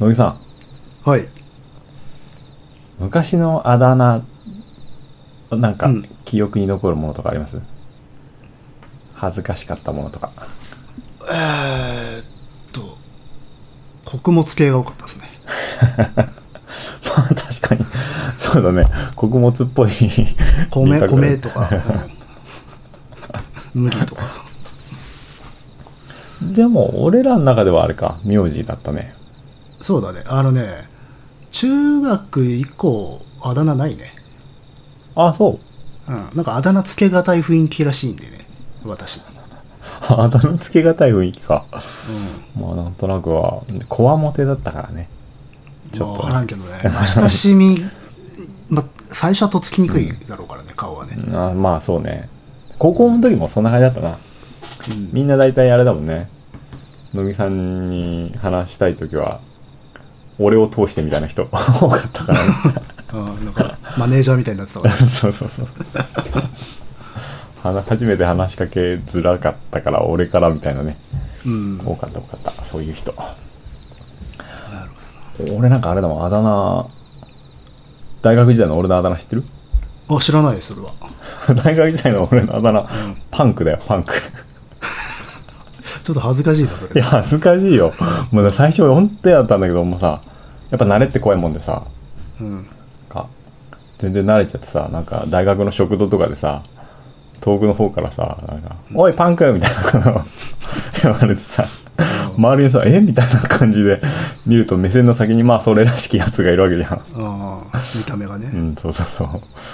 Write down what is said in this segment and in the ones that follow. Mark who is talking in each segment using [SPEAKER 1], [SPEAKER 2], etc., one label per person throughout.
[SPEAKER 1] 野木さん、
[SPEAKER 2] はい。
[SPEAKER 1] 昔のあだ名、なんか
[SPEAKER 2] うん、
[SPEAKER 1] 記憶に残るものとかあります、恥ずかしかったものとか。
[SPEAKER 2] えーっと、穀物系が多かったですね。
[SPEAKER 1] まあ確かに、そうだね。穀物っぽい輪郭
[SPEAKER 2] 米、
[SPEAKER 1] だね
[SPEAKER 2] 米とか、うん麦とか。
[SPEAKER 1] でも、俺らの中ではあれか、名字だったね。
[SPEAKER 2] そうだね。あのね、中学以降、あだ名ないね。
[SPEAKER 1] あ、そう。
[SPEAKER 2] うん。なんかあだ名つけがたい雰囲気らしいんでね。私。
[SPEAKER 1] あだ名つけがたい雰囲気か。
[SPEAKER 2] う
[SPEAKER 1] まあなんとなくは、こわもてだったからね。
[SPEAKER 2] ん。
[SPEAKER 1] ち
[SPEAKER 2] まあ
[SPEAKER 1] ょっ
[SPEAKER 2] わ
[SPEAKER 1] と
[SPEAKER 2] からんけどね。まあ親しみ、まあ最初はとっつきにくいだろうからね、顔はね。
[SPEAKER 1] あまあそうね。高校の時もそんな感じだったな。
[SPEAKER 2] うん
[SPEAKER 1] みんな大体あれだもんね。乃木さんに話したい時は、俺を通してみたいな人多かったからね。
[SPEAKER 2] うん。なんか、マネージャーみたいになってたから。
[SPEAKER 1] そうそうそう。話初めて話しかけづらかったから、俺からみたいなね。
[SPEAKER 2] うん。
[SPEAKER 1] 多かった多かった。そういう人。俺なんかあれだもん、あだ名、大学時代の俺のあだ名知ってる
[SPEAKER 2] あ、知らないです、それは。
[SPEAKER 1] 大学時代の俺のあだ名、パンクだよ、パンク。
[SPEAKER 2] ちょっと恥ずかしいな、そ
[SPEAKER 1] い
[SPEAKER 2] れ。
[SPEAKER 1] や、恥ずかしいよ。もうだ最初、本当にだったんだけど、もうさ、やっぱ慣れって怖いもんでさ、
[SPEAKER 2] うん。
[SPEAKER 1] なんか全然慣れちゃってさ、なんか大学の食堂とかでさ、遠くの方からさ、なんか、おい、パン君みたいな 言われてさ、周りにさ、えみたいな感じで見ると目線の先にまあそれらしきやつがいるわけじゃん。
[SPEAKER 2] ああ、見た目がね。
[SPEAKER 1] うん、そうそうそ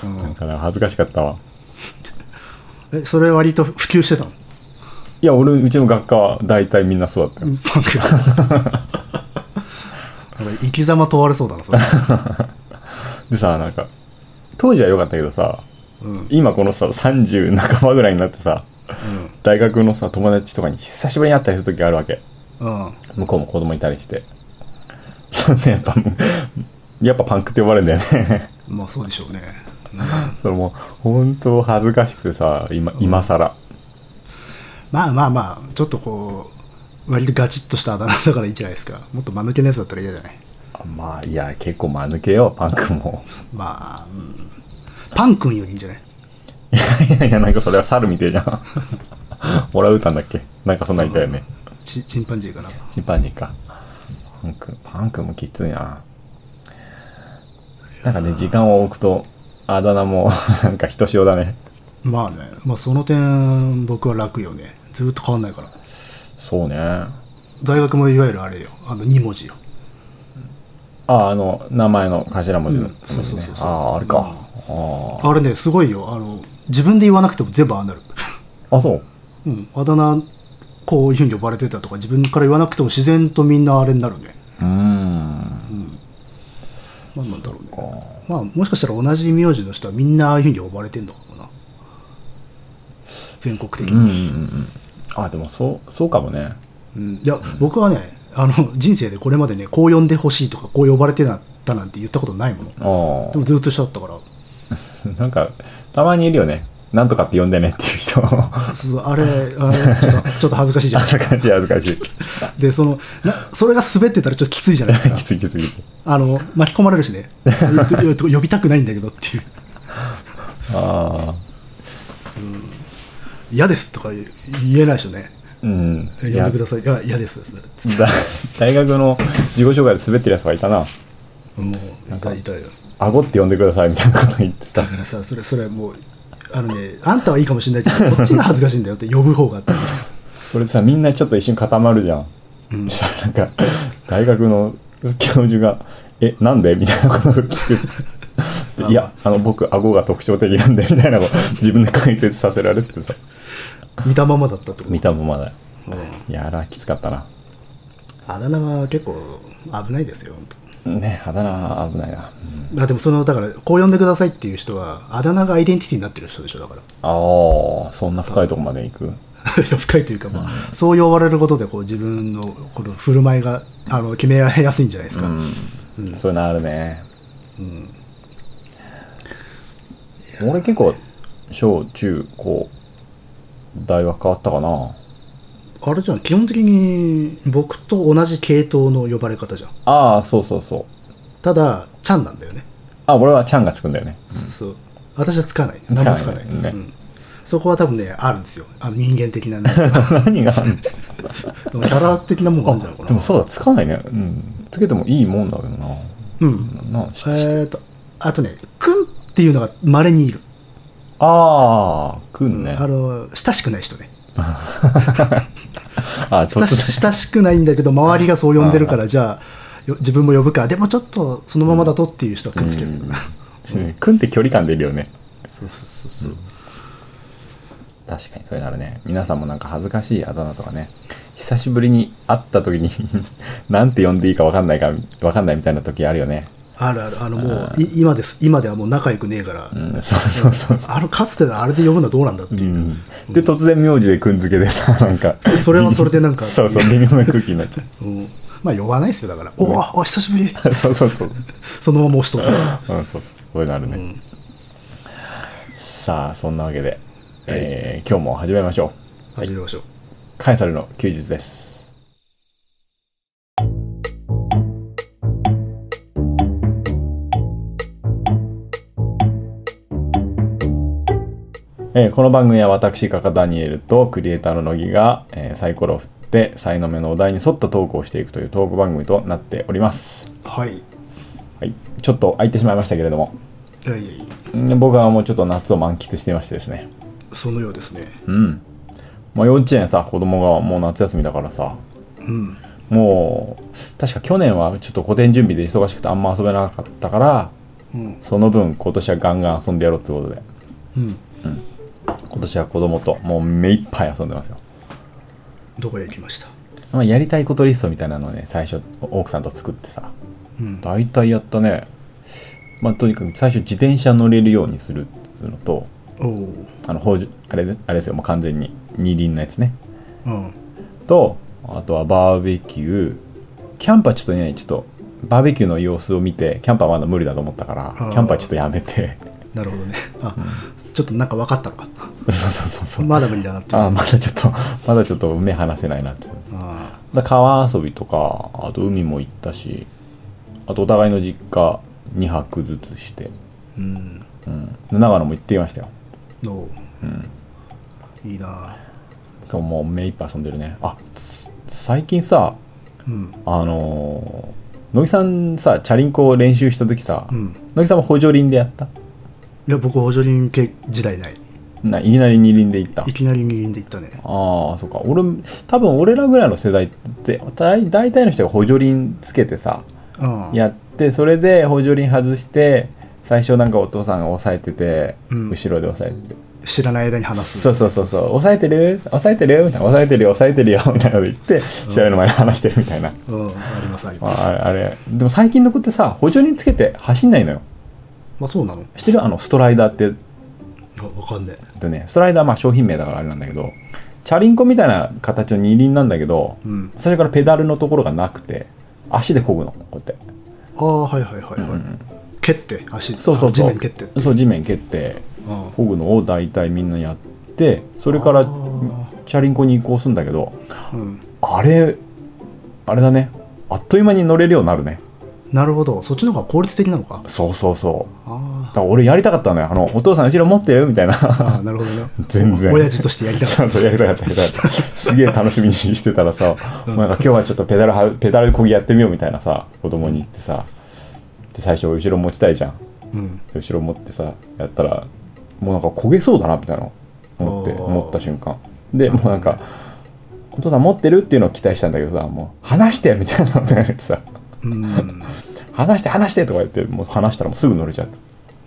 [SPEAKER 1] う。
[SPEAKER 2] うん
[SPEAKER 1] なんかな恥ずかしかったわ。
[SPEAKER 2] え、それ割と普及してたの
[SPEAKER 1] いや、俺、うちの学科は大体みんなそうだったよ。
[SPEAKER 2] パンクが。なんか生き様問われそうだな、それ。
[SPEAKER 1] でさ、なんか、当時は良かったけどさ、
[SPEAKER 2] うん。うん。
[SPEAKER 1] 今このさ、30半ばぐらいになってさ、大学のさ、友達とかに久しぶりに会ったりする時があるわけ。
[SPEAKER 2] うん。
[SPEAKER 1] 向こうも子供いたりして。そうね、やっぱ、やっぱパンクって呼ばれるんだよね。
[SPEAKER 2] まあ、そうでしょうね。うん
[SPEAKER 1] それもう、本当恥ずかしくてさ、今、今更。
[SPEAKER 2] まあまあまあ、ちょっとこう、割とガチッとしたあだ名だからいいんじゃないですか。もっと間抜けなやつだったら嫌じゃない
[SPEAKER 1] まあ、いや、結構間抜けよ、パンクも。
[SPEAKER 2] まあ、うん。パン君よりいいんじゃない
[SPEAKER 1] いやいやいや、なんかそれは猿みてえじゃん。 オラウータンだっけなんかそんなんいたよね。
[SPEAKER 2] チチンパンジーかな。
[SPEAKER 1] チンパンジーか。パンク、パンクもきついな。なんかね、時間を置くと、あだ名も、 なんかひとしおだね。
[SPEAKER 2] まあね、まあその点、僕は楽よね。ずーっと変わんないから。
[SPEAKER 1] そうね。あ、
[SPEAKER 2] 大学もいわゆるあれよ。あの、2文字よ。
[SPEAKER 1] あの、名前の頭文字の。
[SPEAKER 2] うんそうそうそうそう
[SPEAKER 1] ああ、あれか。あ
[SPEAKER 2] あれね、すごいよ。あの、自分で言わなくても全部ああなる。
[SPEAKER 1] あ。あ、そう。
[SPEAKER 2] うん。あだ名、こういうふうに呼ばれてたとか、自分から言わなくても自然とみんなあれになるね。
[SPEAKER 1] うーん。
[SPEAKER 2] なんなんだろうね。まあ、もしかしたら同じ名字の人はみんなああいうふうに呼ばれてんのかもな。全国的
[SPEAKER 1] うんうんう
[SPEAKER 2] に。
[SPEAKER 1] ん。あ、でもそう、そうかもね。
[SPEAKER 2] うんいや、僕はね、あの、人生でこれまでね、こう呼んでほしいとか、こう呼ばれてなったなんて言ったことないもの。
[SPEAKER 1] ああ
[SPEAKER 2] で。もずっと一緒だったから。
[SPEAKER 1] なんか、たまにいるよね。なんとかって呼んでねっていう人。恥
[SPEAKER 2] そうそうあれ、あれちょっと、ちょっと恥ずかし いじゃん。
[SPEAKER 1] ずかしい、恥ずかしい。
[SPEAKER 2] で、その、なそれが滑ってたらちょっときついじゃないですか
[SPEAKER 1] き。ついきついきつい。
[SPEAKER 2] あの巻き込まれるし ね呼びたくないんだけどっていう
[SPEAKER 1] ああ。
[SPEAKER 2] 嫌ですとか言えないでしょね
[SPEAKER 1] うん。
[SPEAKER 2] 呼んでくださいいや嫌ですです
[SPEAKER 1] だ大学の自己紹介で滑ってるやつがいたな
[SPEAKER 2] もう
[SPEAKER 1] なんか
[SPEAKER 2] 痛い痛いよ
[SPEAKER 1] 顎って呼んでくださいみたいなこと言って
[SPEAKER 2] だ
[SPEAKER 1] た
[SPEAKER 2] からさそれそれもうあのねあんたはいいかもしれないけどこっちが恥ずかしいんだよって呼ぶ方がって
[SPEAKER 1] それでさみんなちょっと一瞬固まるじゃん、そしたらなんか大学の教授が「えなんで?」みたいなことを聞くいやあの僕顎が特徴的なんでみたいなこと自分で解説させられててさ
[SPEAKER 2] 見たままだったってこと
[SPEAKER 1] 見たままだ
[SPEAKER 2] うん
[SPEAKER 1] いやあらきつかったな
[SPEAKER 2] あだ名は結構危ないですよ本
[SPEAKER 1] ねあだ名危ないな、うん
[SPEAKER 2] 当まあでもそのだからこう呼んでくださいっていう人はあだ名がアイデンティティになってる人でしょだから
[SPEAKER 1] ああそんな深いとこまで行く
[SPEAKER 2] いや深いというかまあそう呼ばれることでこう自分のこの振る舞いがあの決められやすいんじゃないですか、
[SPEAKER 1] うん、そういうのあるね、俺結構小中高大学変わったかな
[SPEAKER 2] あれじゃん、基本的に僕と同じ系統の呼ばれ方じゃん。
[SPEAKER 1] ああそうそうそう
[SPEAKER 2] ただ、ちゃんなんだよね。
[SPEAKER 1] あ俺はちゃんがつくんだよね
[SPEAKER 2] そうそう。私はつかない。
[SPEAKER 1] かない
[SPEAKER 2] 何もつかない。
[SPEAKER 1] ね
[SPEAKER 2] うんそこは多分ね、あるんですよ。あの人間的 なね。
[SPEAKER 1] 何があんの
[SPEAKER 2] でもキャラ的なもんがあるんだろう
[SPEAKER 1] あ
[SPEAKER 2] な。
[SPEAKER 1] でもそうだつかないねうんつけてもいいもんだけどな
[SPEAKER 2] うん。
[SPEAKER 1] な知って知って
[SPEAKER 2] えっと、あとね、くんっていうのが稀にいる。
[SPEAKER 1] ああくんね
[SPEAKER 2] あの、親しくない人ね。
[SPEAKER 1] あちょ
[SPEAKER 2] 親
[SPEAKER 1] っと
[SPEAKER 2] し親しくないんだけど、周りがそう呼んでるから、じゃあ、よ自分も呼ぶか。でもちょっと、そのままだとっていう人はくんつけ る。
[SPEAKER 1] うんくんって距離感出るよね
[SPEAKER 2] そうそうそうそう。
[SPEAKER 1] 確かにそれならね皆さんもなんか恥ずかしいあだ名とかね久しぶりに会った時に なんて呼んでいいか分かんないか分かんないみたいな時あるよね、
[SPEAKER 2] あるある。あの、もう、い今です。今ではもう仲良くねえから。
[SPEAKER 1] うん、そうそうそうそ
[SPEAKER 2] あの、かつてのあれで呼ぶのはどうなんだって
[SPEAKER 1] う、う
[SPEAKER 2] いう。
[SPEAKER 1] ん、で突然名字でくん付けでさ なんか
[SPEAKER 2] それはそれでなんか
[SPEAKER 1] そうそう微妙な空気になっちゃ
[SPEAKER 2] うんまあ、呼ばないですよ、だから。おお、お久しぶり。
[SPEAKER 1] う そうそうそう
[SPEAKER 2] そのまま押し通
[SPEAKER 1] う
[SPEAKER 2] す。
[SPEAKER 1] ん、そうそうそういうのあるね、
[SPEAKER 2] ん
[SPEAKER 1] さあそんなわけで、えー今日も始めましょう
[SPEAKER 2] 始めましょう。
[SPEAKER 1] カエサルの休日ですえーこの番組は私カカダニエルとクリエイターの乃木が、えーサイコロを振って才能目のお題に沿ったトークをしていくというトーク番組となっております、
[SPEAKER 2] はい。
[SPEAKER 1] はい、ちょっと空いてしまいましたけれども
[SPEAKER 2] いやいやいや
[SPEAKER 1] うん僕はもうちょっと夏を満喫していましてですね
[SPEAKER 2] そのようですね。
[SPEAKER 1] うんまあ幼稚園さ子供がもう夏休みだからさ
[SPEAKER 2] うん。
[SPEAKER 1] もう確か去年はちょっと古典準備で忙しくてあんま遊べなかったから
[SPEAKER 2] うん。
[SPEAKER 1] その分今年はガンガン遊んでやろうってことで
[SPEAKER 2] うん。
[SPEAKER 1] 今年は子供ともう目いっぱい遊んでますよ、
[SPEAKER 2] どこへ行きました
[SPEAKER 1] まあ、やりたいことリストみたいなのをね最初奥さんと作ってさ
[SPEAKER 2] うん。
[SPEAKER 1] 大体やったねまあとにかく最初自転車乗れるようにするっていうのと
[SPEAKER 2] おお。
[SPEAKER 1] あの補助あれであれですよもう完全に二輪のやつね
[SPEAKER 2] うん。
[SPEAKER 1] とあとはバーベキューキャンパーちょっとねちょっとバーベキューの様子を見てキャンパーまだ無理だと思ったから
[SPEAKER 2] ー
[SPEAKER 1] キャンパーちょっとやめて
[SPEAKER 2] なるほどね。あ、ちょっとなんか分かったのか。
[SPEAKER 1] そうそうそうそう、
[SPEAKER 2] まだ無理だなって。
[SPEAKER 1] あーまだちょっと まだちょっと目離せないなって
[SPEAKER 2] あ
[SPEAKER 1] だ川遊びとかあと海も行ったしあとお互いの実家2泊ずつして、
[SPEAKER 2] ーうん。
[SPEAKER 1] うん、長野も行っていましたよ
[SPEAKER 2] おお。いいな
[SPEAKER 1] 今日もう目いっぱい遊んでるねあつ最近さ
[SPEAKER 2] うん。
[SPEAKER 1] あのー乃木さんさチャリンコを練習した時さ、
[SPEAKER 2] うん。
[SPEAKER 1] 乃木さんも補助輪でやった
[SPEAKER 2] いや、僕、補助輪系時代ない。
[SPEAKER 1] ないきなり二輪で行った
[SPEAKER 2] いきなり二輪で行ったね。
[SPEAKER 1] ああそうか俺多分俺らぐらいの世代って大大体の人が補助輪つけてさ
[SPEAKER 2] うん。
[SPEAKER 1] やってそれで補助輪外して最初なんかお父さんが押さえてて、
[SPEAKER 2] うん
[SPEAKER 1] 後ろで押さえてて
[SPEAKER 2] 知らない間に話す。
[SPEAKER 1] そうそうそうそう押さえてる押さえてるみたいな押さえてるよ押さえてるよみたいなこと言って試合の前に話してるみたいな、
[SPEAKER 2] うん。あります、あり
[SPEAKER 1] ま
[SPEAKER 2] ま
[SPEAKER 1] あ、
[SPEAKER 2] す。
[SPEAKER 1] あれあれでも最近の子ってさ補助輪つけて走んないのよ
[SPEAKER 2] まあ、そうなの
[SPEAKER 1] 知ってるあのストライダーって
[SPEAKER 2] あわかんね
[SPEAKER 1] えっとねストライダーまあ商品名だからあれなんだけどチャリンコみたいな形の二輪なんだけど
[SPEAKER 2] え。うん。
[SPEAKER 1] 最初からペダルのところがなくて足で漕ぐのこうやって
[SPEAKER 2] ああ、はいはいはいはい。蹴って、足。
[SPEAKER 1] そうそうそう
[SPEAKER 2] あ地面蹴ってって。
[SPEAKER 1] そう地面蹴って
[SPEAKER 2] うん。
[SPEAKER 1] 漕ぐのを大体みんなやってそれから
[SPEAKER 2] あー
[SPEAKER 1] チャリンコに移行するんだけど
[SPEAKER 2] うん。
[SPEAKER 1] あれあれだねあっという間に乗れるようになるね
[SPEAKER 2] なるほど。そっちの方が効率的なのか。
[SPEAKER 1] そうそうそう
[SPEAKER 2] あ
[SPEAKER 1] だから俺やりたかったのよあのお父さん後ろ持ってるみたいな。
[SPEAKER 2] あ。ああ、なるほどね
[SPEAKER 1] 全然
[SPEAKER 2] お親父としてやりたか
[SPEAKER 1] そ
[SPEAKER 2] っ
[SPEAKER 1] うそうやりたかったやりたかったすげえ楽しみにしてたらさなんか今日はちょっとペダルはペダルこぎやってみようみたいなさ子供に言ってさで最初後ろ持ちたいじゃん
[SPEAKER 2] た。うん。
[SPEAKER 1] 後ろ持ってさやったらもうなんか焦げそうだなみたいな思って
[SPEAKER 2] あー
[SPEAKER 1] 思った瞬間でもうなんか「お父さん持ってる?」っていうのを期待したんだけどさもう「離して!」みたいなこと言われてさ
[SPEAKER 2] うん。
[SPEAKER 1] 「離して離して!」とか言ってもう離したらもうすぐ乗れちゃった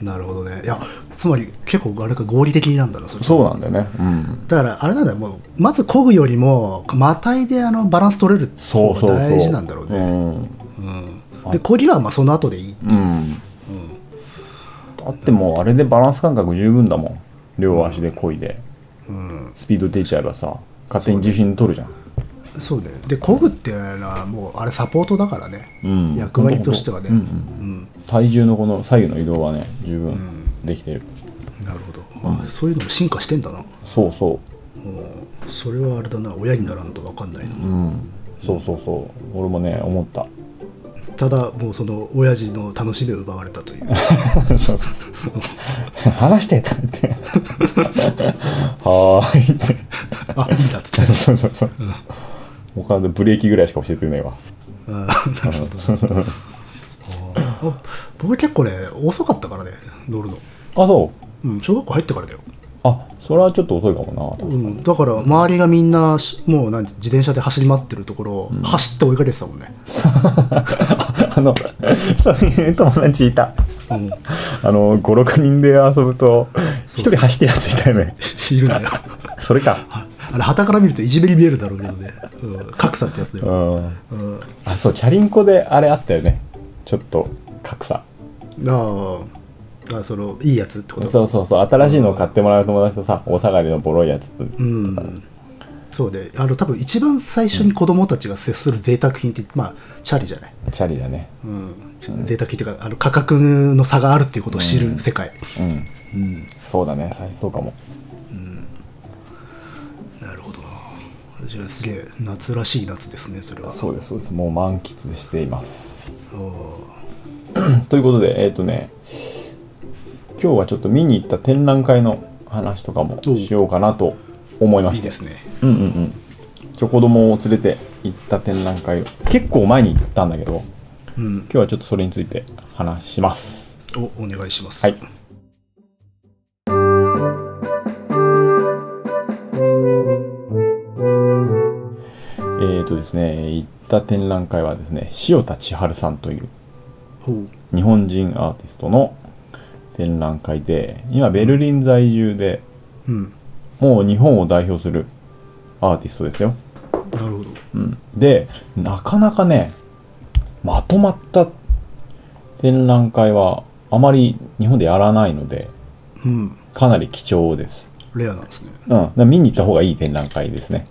[SPEAKER 2] なるほどね。いや、つまり結構あれか合理的なんだな、そっち
[SPEAKER 1] そうなんだよねうん
[SPEAKER 2] だからあれなんだよ、もう、まず漕ぐよりも、またいであのバランス取れるって
[SPEAKER 1] そうそうそう
[SPEAKER 2] 大事なんだろうね。
[SPEAKER 1] うん
[SPEAKER 2] うんで、漕ぎはまあその後でいい。
[SPEAKER 1] うん、だってもうあれでバランス感覚十分だもん両足でこいで、スピード出ちゃえばさ勝手に自信取るじゃん
[SPEAKER 2] そうね。で、漕ぐっていうのはもう、あれサポートだからね。
[SPEAKER 1] うん
[SPEAKER 2] 役割としてはね。
[SPEAKER 1] うん
[SPEAKER 2] うん
[SPEAKER 1] 体重のこの左右の移動はね十分できてる、
[SPEAKER 2] なるほど、あそういうのも進化してんだな
[SPEAKER 1] そうそう
[SPEAKER 2] うんそれはあれだな親にならんと分かんないな
[SPEAKER 1] うんそうそうそう俺もね思った
[SPEAKER 2] ただもうその親父の楽しみを奪われたという
[SPEAKER 1] そうそうそう 話してとか言ってはーいって
[SPEAKER 2] あいいんだっ つって
[SPEAKER 1] そうそうそう。他でブレーキぐらいしか教えてくれないわ。
[SPEAKER 2] あーなるほどなあーあ僕結構ね遅かったからね乗るの、
[SPEAKER 1] あ、そう。
[SPEAKER 2] うん、小学校入ってからだよ、
[SPEAKER 1] あ、それはちょっと遅いかもな。
[SPEAKER 2] うん、だから周りがみんなしもうなんて自転車で走り回ってるところを走って追いかけてたもんね、
[SPEAKER 1] あの、そういう友達いた。
[SPEAKER 2] うん、
[SPEAKER 1] あの、5、6人で遊ぶと、一人走ってるやついたよね。
[SPEAKER 2] いるんだよ
[SPEAKER 1] それか。
[SPEAKER 2] ああれ旗から見るといじめに見えるだろうけどね、うん、格差ってやつ
[SPEAKER 1] う
[SPEAKER 2] よ、
[SPEAKER 1] ん。
[SPEAKER 2] うん、
[SPEAKER 1] あ、
[SPEAKER 2] あ
[SPEAKER 1] そう、チャリンコであれあったよね。ちょっと、格差。
[SPEAKER 2] ーあそのいいやつってこと
[SPEAKER 1] そうそうそう、新しいのを買ってもらう友達とさ、お下がりのボロいやつと。
[SPEAKER 2] うんそうであの多分一番最初に子供たちが接する贅沢品って、まあチャリじゃない、
[SPEAKER 1] チャリだね。
[SPEAKER 2] うん、贅沢品っていうかあの価格の差があるっていうことを知る世界、
[SPEAKER 1] うん。
[SPEAKER 2] うん
[SPEAKER 1] そうだね。最初そうかも。
[SPEAKER 2] なるほどなじゃあすげえ夏らしい夏ですねそれは
[SPEAKER 1] そうです、そうです。もう満喫しています。
[SPEAKER 2] お
[SPEAKER 1] ということで、えっ、とね、今日はちょっと見に行った展覧会の話とかもしようかなと思いま
[SPEAKER 2] ーい
[SPEAKER 1] し
[SPEAKER 2] い
[SPEAKER 1] て
[SPEAKER 2] で、すね
[SPEAKER 1] うんうんうん。ちょ、子供を連れて行った展覧会を、結構前に行ったんだけど、
[SPEAKER 2] うん
[SPEAKER 1] 今日はちょっとそれについて話します。
[SPEAKER 2] おお願いします、
[SPEAKER 1] はい。えっ、とですね、行った展覧会はですね、塩田千春さんという
[SPEAKER 2] ほう
[SPEAKER 1] 日本人アーティストの展覧会で、今ベルリン在住で、
[SPEAKER 2] うん
[SPEAKER 1] もう日本を代表するアーティストですよ。
[SPEAKER 2] なるほど
[SPEAKER 1] うん、でなかなかねまとまった展覧会はあまり日本でやらないので
[SPEAKER 2] うん
[SPEAKER 1] かなり貴重です、
[SPEAKER 2] レアなんですね
[SPEAKER 1] うん、だから見に行った方がいい展覧会ですね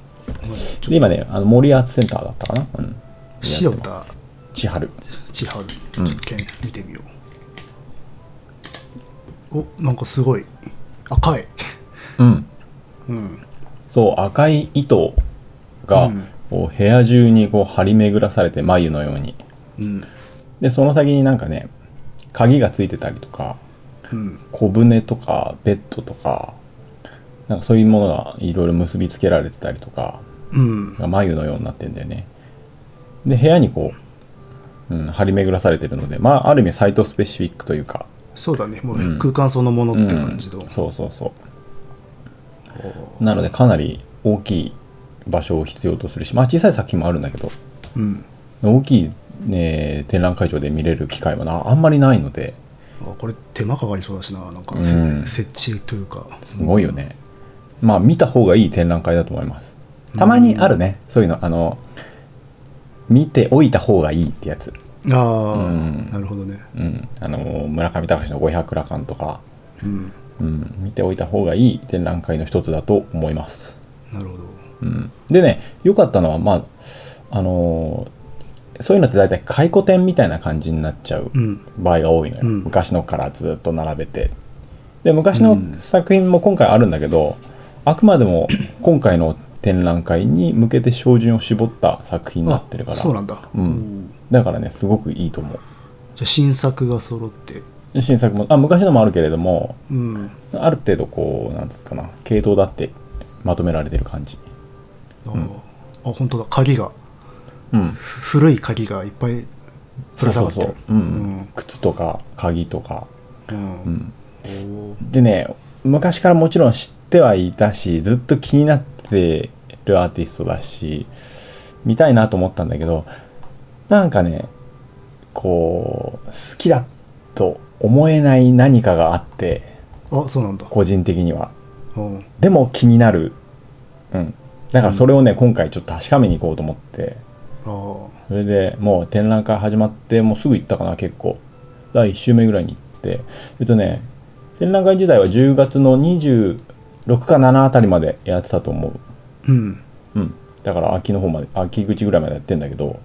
[SPEAKER 1] で今ねあの森アーツセンターだったかな、うん、
[SPEAKER 2] 塩田
[SPEAKER 1] 千春
[SPEAKER 2] 千春ちょっと剣見てみよう、おなんかすごい赤 い
[SPEAKER 1] うん
[SPEAKER 2] うん
[SPEAKER 1] そう赤い糸が、
[SPEAKER 2] うん
[SPEAKER 1] こう部屋中にこう張り巡らされて眉のように
[SPEAKER 2] うん
[SPEAKER 1] でその先になんかね鍵がついてたりとか
[SPEAKER 2] うん
[SPEAKER 1] 小舟とかベッドとかなんかそういうものがいろいろ結びつけられてたりとか
[SPEAKER 2] うん
[SPEAKER 1] 眉のようになってんだよねで部屋にこう、うん、張り巡らされてるのでまあある意味サイトスペシフィックというか、
[SPEAKER 2] そうだねも
[SPEAKER 1] う
[SPEAKER 2] うん空間そのものって感じの、
[SPEAKER 1] うんそうそうそうなのでかなり大きい場所を必要とするしまあ小さい作品もあるんだけど
[SPEAKER 2] うん
[SPEAKER 1] 大きい、ね、展覧会場で見れる機会はなあんまりないので
[SPEAKER 2] あこれ手間かかりそうだしななんか、
[SPEAKER 1] うん
[SPEAKER 2] 設置というか
[SPEAKER 1] すごいよね。まあ見た方がいい展覧会だと思います。たまにあるね、そういうの。あの、見ておいた方がいいってやつ。
[SPEAKER 2] ああ、
[SPEAKER 1] うん
[SPEAKER 2] なるほどね
[SPEAKER 1] うん。あの、村上隆の500羅漢とか、
[SPEAKER 2] うん
[SPEAKER 1] うん、見ておいた方がいい展覧会の一つだと思います。
[SPEAKER 2] なるほど
[SPEAKER 1] うん。でね、良かったのは、まあ、あのそういうのって大体回顧展みたいな感じになっちゃう
[SPEAKER 2] うん
[SPEAKER 1] 場合が多いのよ、
[SPEAKER 2] うん
[SPEAKER 1] 昔のからずっと並べてで昔の作品も今回あるんだけど、あくまでも今回の展覧会に向けて照準を絞った作品になってるから
[SPEAKER 2] あそうなんだ、
[SPEAKER 1] うん
[SPEAKER 2] おー
[SPEAKER 1] だからねすごくいいと思
[SPEAKER 2] じゃあ新作が揃って
[SPEAKER 1] う新作もあ昔のもあるけれども
[SPEAKER 2] うん
[SPEAKER 1] ある程度こうなんていうかな系統だってまとめられてる感じ
[SPEAKER 2] あ,、あ本当だ鍵が
[SPEAKER 1] うん
[SPEAKER 2] 古い鍵がいっぱいぶら下がってる
[SPEAKER 1] そうそうそう、うん
[SPEAKER 2] うん
[SPEAKER 1] 靴とか鍵とか
[SPEAKER 2] うん
[SPEAKER 1] うん
[SPEAKER 2] おー
[SPEAKER 1] でね昔からもちろん知ってはいたしずっと気になってるアーティストだし見たいなと思ったんだけどなんかねこう好きだと思えない何かがあって
[SPEAKER 2] あそうなんだ
[SPEAKER 1] 個人的には
[SPEAKER 2] うん
[SPEAKER 1] でも気になるうんだからそれをね、今回ちょっと確かめに行こうと思って
[SPEAKER 2] あー
[SPEAKER 1] それでもう展覧会始まってもうすぐ行ったかな結構第1週目ぐらいに行ってえっとね展覧会自体は10月の26か7あたりまでやってたと思う
[SPEAKER 2] うん
[SPEAKER 1] うんだから秋の方まで秋口ぐらいまでやってんだけど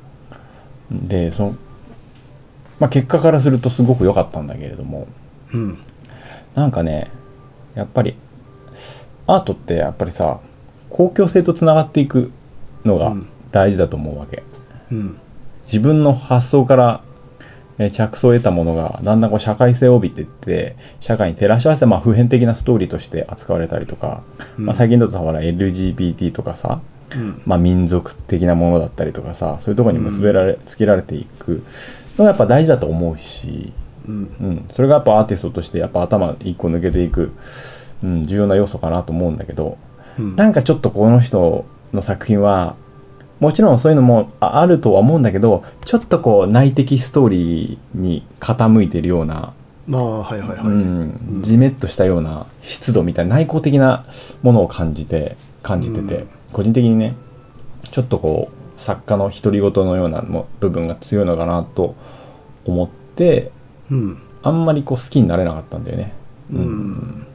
[SPEAKER 1] でそのまあ結果からするとすごく良かったんだけれども
[SPEAKER 2] うん
[SPEAKER 1] なんかねやっぱりアートってやっぱりさ公共性とつながっていくの
[SPEAKER 2] う
[SPEAKER 1] が
[SPEAKER 2] ん
[SPEAKER 1] 大事だと思うわけ、
[SPEAKER 2] うん
[SPEAKER 1] 自分の発想からえー着想を得たものがだんだんこう社会性を帯びていって社会に照らし合わせてまあ普遍的なストーリーとして扱われたりとか、
[SPEAKER 2] うん
[SPEAKER 1] まあ、最近だとさほら LGBT とかさ、
[SPEAKER 2] うん
[SPEAKER 1] まあ、民族的なものだったりとかさそういうところに結べられ、つけられていくのがやっぱ大事だと思うし、
[SPEAKER 2] うん
[SPEAKER 1] うん、それがやっぱアーティストとしてやっぱ頭一個抜けていく、うん、重要な要素かなと思うんだけど
[SPEAKER 2] うん
[SPEAKER 1] なんかちょっとこの人の作品はもちろんそういうのもああるとは思うんだけどちょっとこう内的ストーリーに傾いてるような、
[SPEAKER 2] ああはいはいはい、
[SPEAKER 1] うん、じめっとしたような湿度みたいな内向的なものを感じて感じてて、
[SPEAKER 2] うん
[SPEAKER 1] 個人的にねちょっとこう作家の独り言のようなも部分が強いのかなと思って
[SPEAKER 2] うん
[SPEAKER 1] あんまりこう好きになれなかったんだよね。
[SPEAKER 2] うん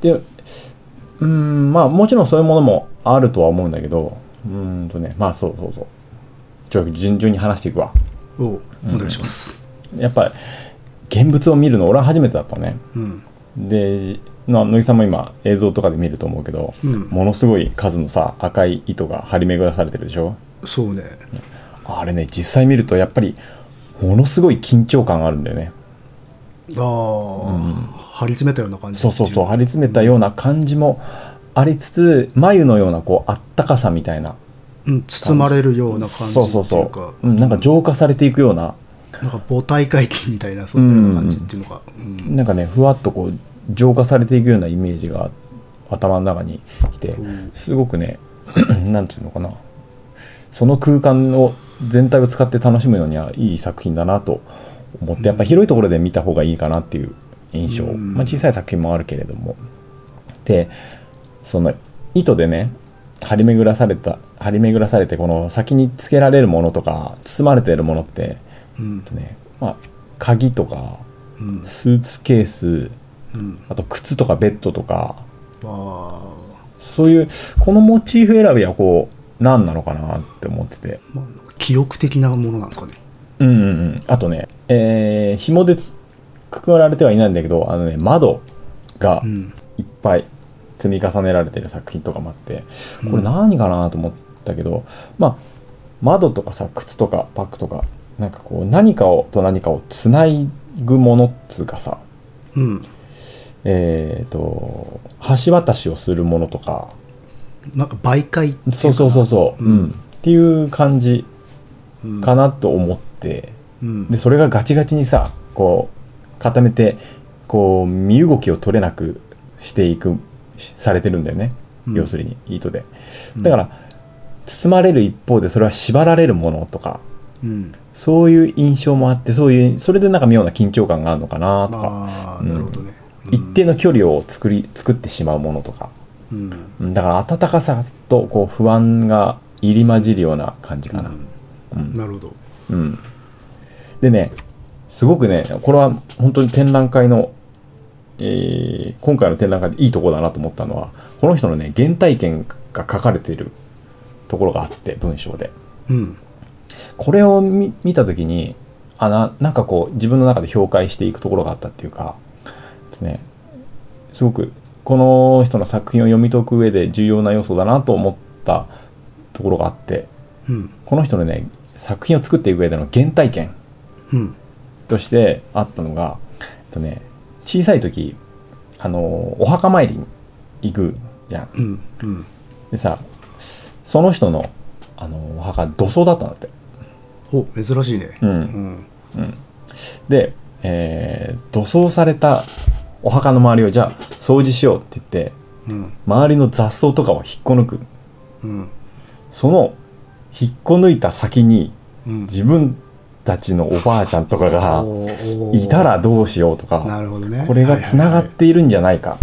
[SPEAKER 1] でうーんまあもちろんそういうものもあるとは思うんだけどうーんとねまあそうそうそうちょ順々に話していくわ
[SPEAKER 2] おお願いします
[SPEAKER 1] やっぱり現物を見るの俺は初めてだったのね
[SPEAKER 2] うん
[SPEAKER 1] でな乃木さんも今映像とかで見ると思うけど、
[SPEAKER 2] うん
[SPEAKER 1] ものすごい数のさ赤い糸が張り巡らされてるでしょ
[SPEAKER 2] そうね
[SPEAKER 1] あれね実際見るとやっぱりものすごい緊張感があるんだよね
[SPEAKER 2] ああ、張り詰めたような感じ
[SPEAKER 1] そうそうそう張り詰めたような感じもありつつ眉のようなこうあったかさみたいな
[SPEAKER 2] うん、包まれるような感じっていうか
[SPEAKER 1] そうそうそう、うん、なんか浄化されていくような
[SPEAKER 2] なんか母体回帰みたいなそんな感じっていうのが、うん
[SPEAKER 1] なんかねふわっとこう浄化されていくようなイメージが頭の中にきて
[SPEAKER 2] ん
[SPEAKER 1] すごくね なんていうのかなその空間を全体を使って楽しむのにはいい作品だなと思ってやっぱ広いところで見た方がいいかなっていう印象、
[SPEAKER 2] うん
[SPEAKER 1] まあ、小さい作品もあるけれどもでその糸でね張り巡らされた張り巡らされてこの先につけられるものとか包まれているものって
[SPEAKER 2] うん
[SPEAKER 1] ねまあ鍵とか
[SPEAKER 2] うん
[SPEAKER 1] スーツケース
[SPEAKER 2] うん
[SPEAKER 1] あと靴とかベッドとか
[SPEAKER 2] あ
[SPEAKER 1] そういうこのモチーフ選びはこう何なのかなって思ってて
[SPEAKER 2] ー、まあ、なんか記憶的なものなんですかね
[SPEAKER 1] うんうんうんあとねえー、紐でつくくられてはいないんだけどあのね窓が
[SPEAKER 2] うん
[SPEAKER 1] いっぱい積み重ねられてる作品とかもあってこれ何かなと思ったけど、まあ窓とかさ靴とかバッグとかなんかこう何かをと何かをつないぐものっつうかさ
[SPEAKER 2] うん
[SPEAKER 1] えー、と橋渡しをするものとか
[SPEAKER 2] なんか媒介っていうか
[SPEAKER 1] そうそうそうそう、
[SPEAKER 2] うん
[SPEAKER 1] っていう感じ
[SPEAKER 2] うん
[SPEAKER 1] かなと思って、
[SPEAKER 2] うん
[SPEAKER 1] でそれがガチガチにさこう固めてこう身動きを取れなくしていくしされてるんだよね、
[SPEAKER 2] うん
[SPEAKER 1] 要するに糸で
[SPEAKER 2] うん
[SPEAKER 1] だから、包まれる一方でそれは縛られるものとか
[SPEAKER 2] うん
[SPEAKER 1] そういう印象もあってそういうそれでなんか妙な緊張感があるのかなとか、
[SPEAKER 2] ああ
[SPEAKER 1] うん
[SPEAKER 2] なるほどね、うん
[SPEAKER 1] 一定の距離を作り作ってしまうものとか
[SPEAKER 2] うん
[SPEAKER 1] うんだから温かさとこう不安が入り混じるような感じかな。う
[SPEAKER 2] うん
[SPEAKER 1] ん。
[SPEAKER 2] なるほど
[SPEAKER 1] うんでね、すごくね、これは本当に展覧会の、えー今回の展覧会でいいとこだなと思ったのは、この人のね、原体験が書かれてるところがあって、文章で。
[SPEAKER 2] うん
[SPEAKER 1] これを見見たときにあな、なんかこう、自分の中で評価していくところがあったっていうか、ね、すごく、この人の作品を読み解く上で重要な要素だなと思ったところがあって、
[SPEAKER 2] うん
[SPEAKER 1] この人のね、作品を作っていく上での原体験
[SPEAKER 2] うん
[SPEAKER 1] としてあったのが、えっとね、小さい時、あの、お墓参りに行くじゃん。
[SPEAKER 2] うんうん
[SPEAKER 1] でさ、その人の、あの、お墓、土葬だったんだって。
[SPEAKER 2] お珍しいね
[SPEAKER 1] うん
[SPEAKER 2] うん
[SPEAKER 1] で、えー土葬されたお墓の周りをじゃあ掃除しようって言って
[SPEAKER 2] うん
[SPEAKER 1] 周りの雑草とかを引っこ抜く
[SPEAKER 2] うん
[SPEAKER 1] その引っこ抜いた先に
[SPEAKER 2] うん
[SPEAKER 1] 自分たちのおばあちゃんとかが
[SPEAKER 2] おーおー
[SPEAKER 1] いたらどうしようと
[SPEAKER 2] な
[SPEAKER 1] か
[SPEAKER 2] るほどね
[SPEAKER 1] これがつながっているんじゃないか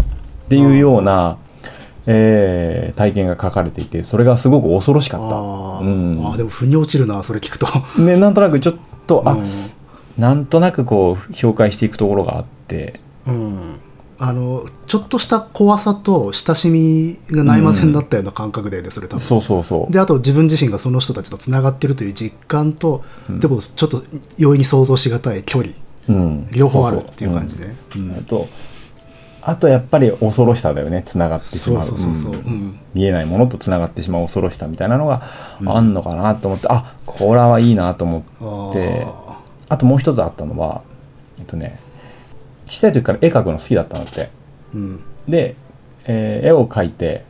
[SPEAKER 1] っていうような、えー体験が書かれていてそれがすごく恐ろしかっ
[SPEAKER 2] はいはいはいあ
[SPEAKER 1] た。
[SPEAKER 2] ー、
[SPEAKER 1] うん
[SPEAKER 2] あーでも腑に落ちるなそれ聞くと
[SPEAKER 1] ね、なんとなくちょっとあ、
[SPEAKER 2] う
[SPEAKER 1] なんとなくこう評価していくところがあって
[SPEAKER 2] んうんあのちょっとした怖さと親しみがないまぜんだったような感覚でね、それ多分
[SPEAKER 1] そうそうそう
[SPEAKER 2] であと自分自身がその人たちとつながってるという実感と、でもちょっと容易に想像しがたい距離
[SPEAKER 1] うん
[SPEAKER 2] 両方あるっていう感じね
[SPEAKER 1] そうそううんあとあとやっぱり恐ろしさだよねつながってし
[SPEAKER 2] そ
[SPEAKER 1] まう
[SPEAKER 2] うそうそうそう、うん
[SPEAKER 1] ん見えないものとつながってしまう恐ろしさみたいなのがあんのかなと思って、あこれはいいなと思
[SPEAKER 2] あ
[SPEAKER 1] って
[SPEAKER 2] ー
[SPEAKER 1] あともう一つあったのはえっとね小さい時から絵描くの好きだったのって
[SPEAKER 2] うん
[SPEAKER 1] で、えー絵を描いて、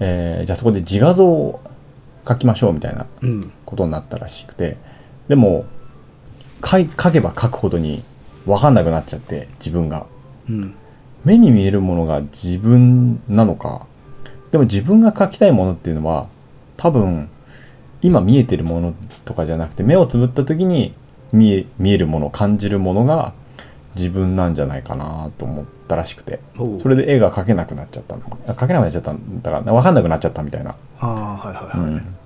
[SPEAKER 1] えーじゃあそこで自画像を描きましょうみたいな
[SPEAKER 2] うん
[SPEAKER 1] ことになったらしくてでも描い描けば描くほどに分かんなくなっちゃって自分が
[SPEAKER 2] うん
[SPEAKER 1] 目に見えるものが自分なのかでも自分が描きたいものっていうのは多分今見えてるものとかじゃなくて目をつぶった時に見え見えるもの感じるものが自分なんじゃないかなと思ったらしくて
[SPEAKER 2] おう
[SPEAKER 1] それで絵が描けなくなっちゃったのあ描けなくなっちゃったんだから分かんなくなっちゃったみたいな
[SPEAKER 2] ああはいはいはい、
[SPEAKER 1] うん、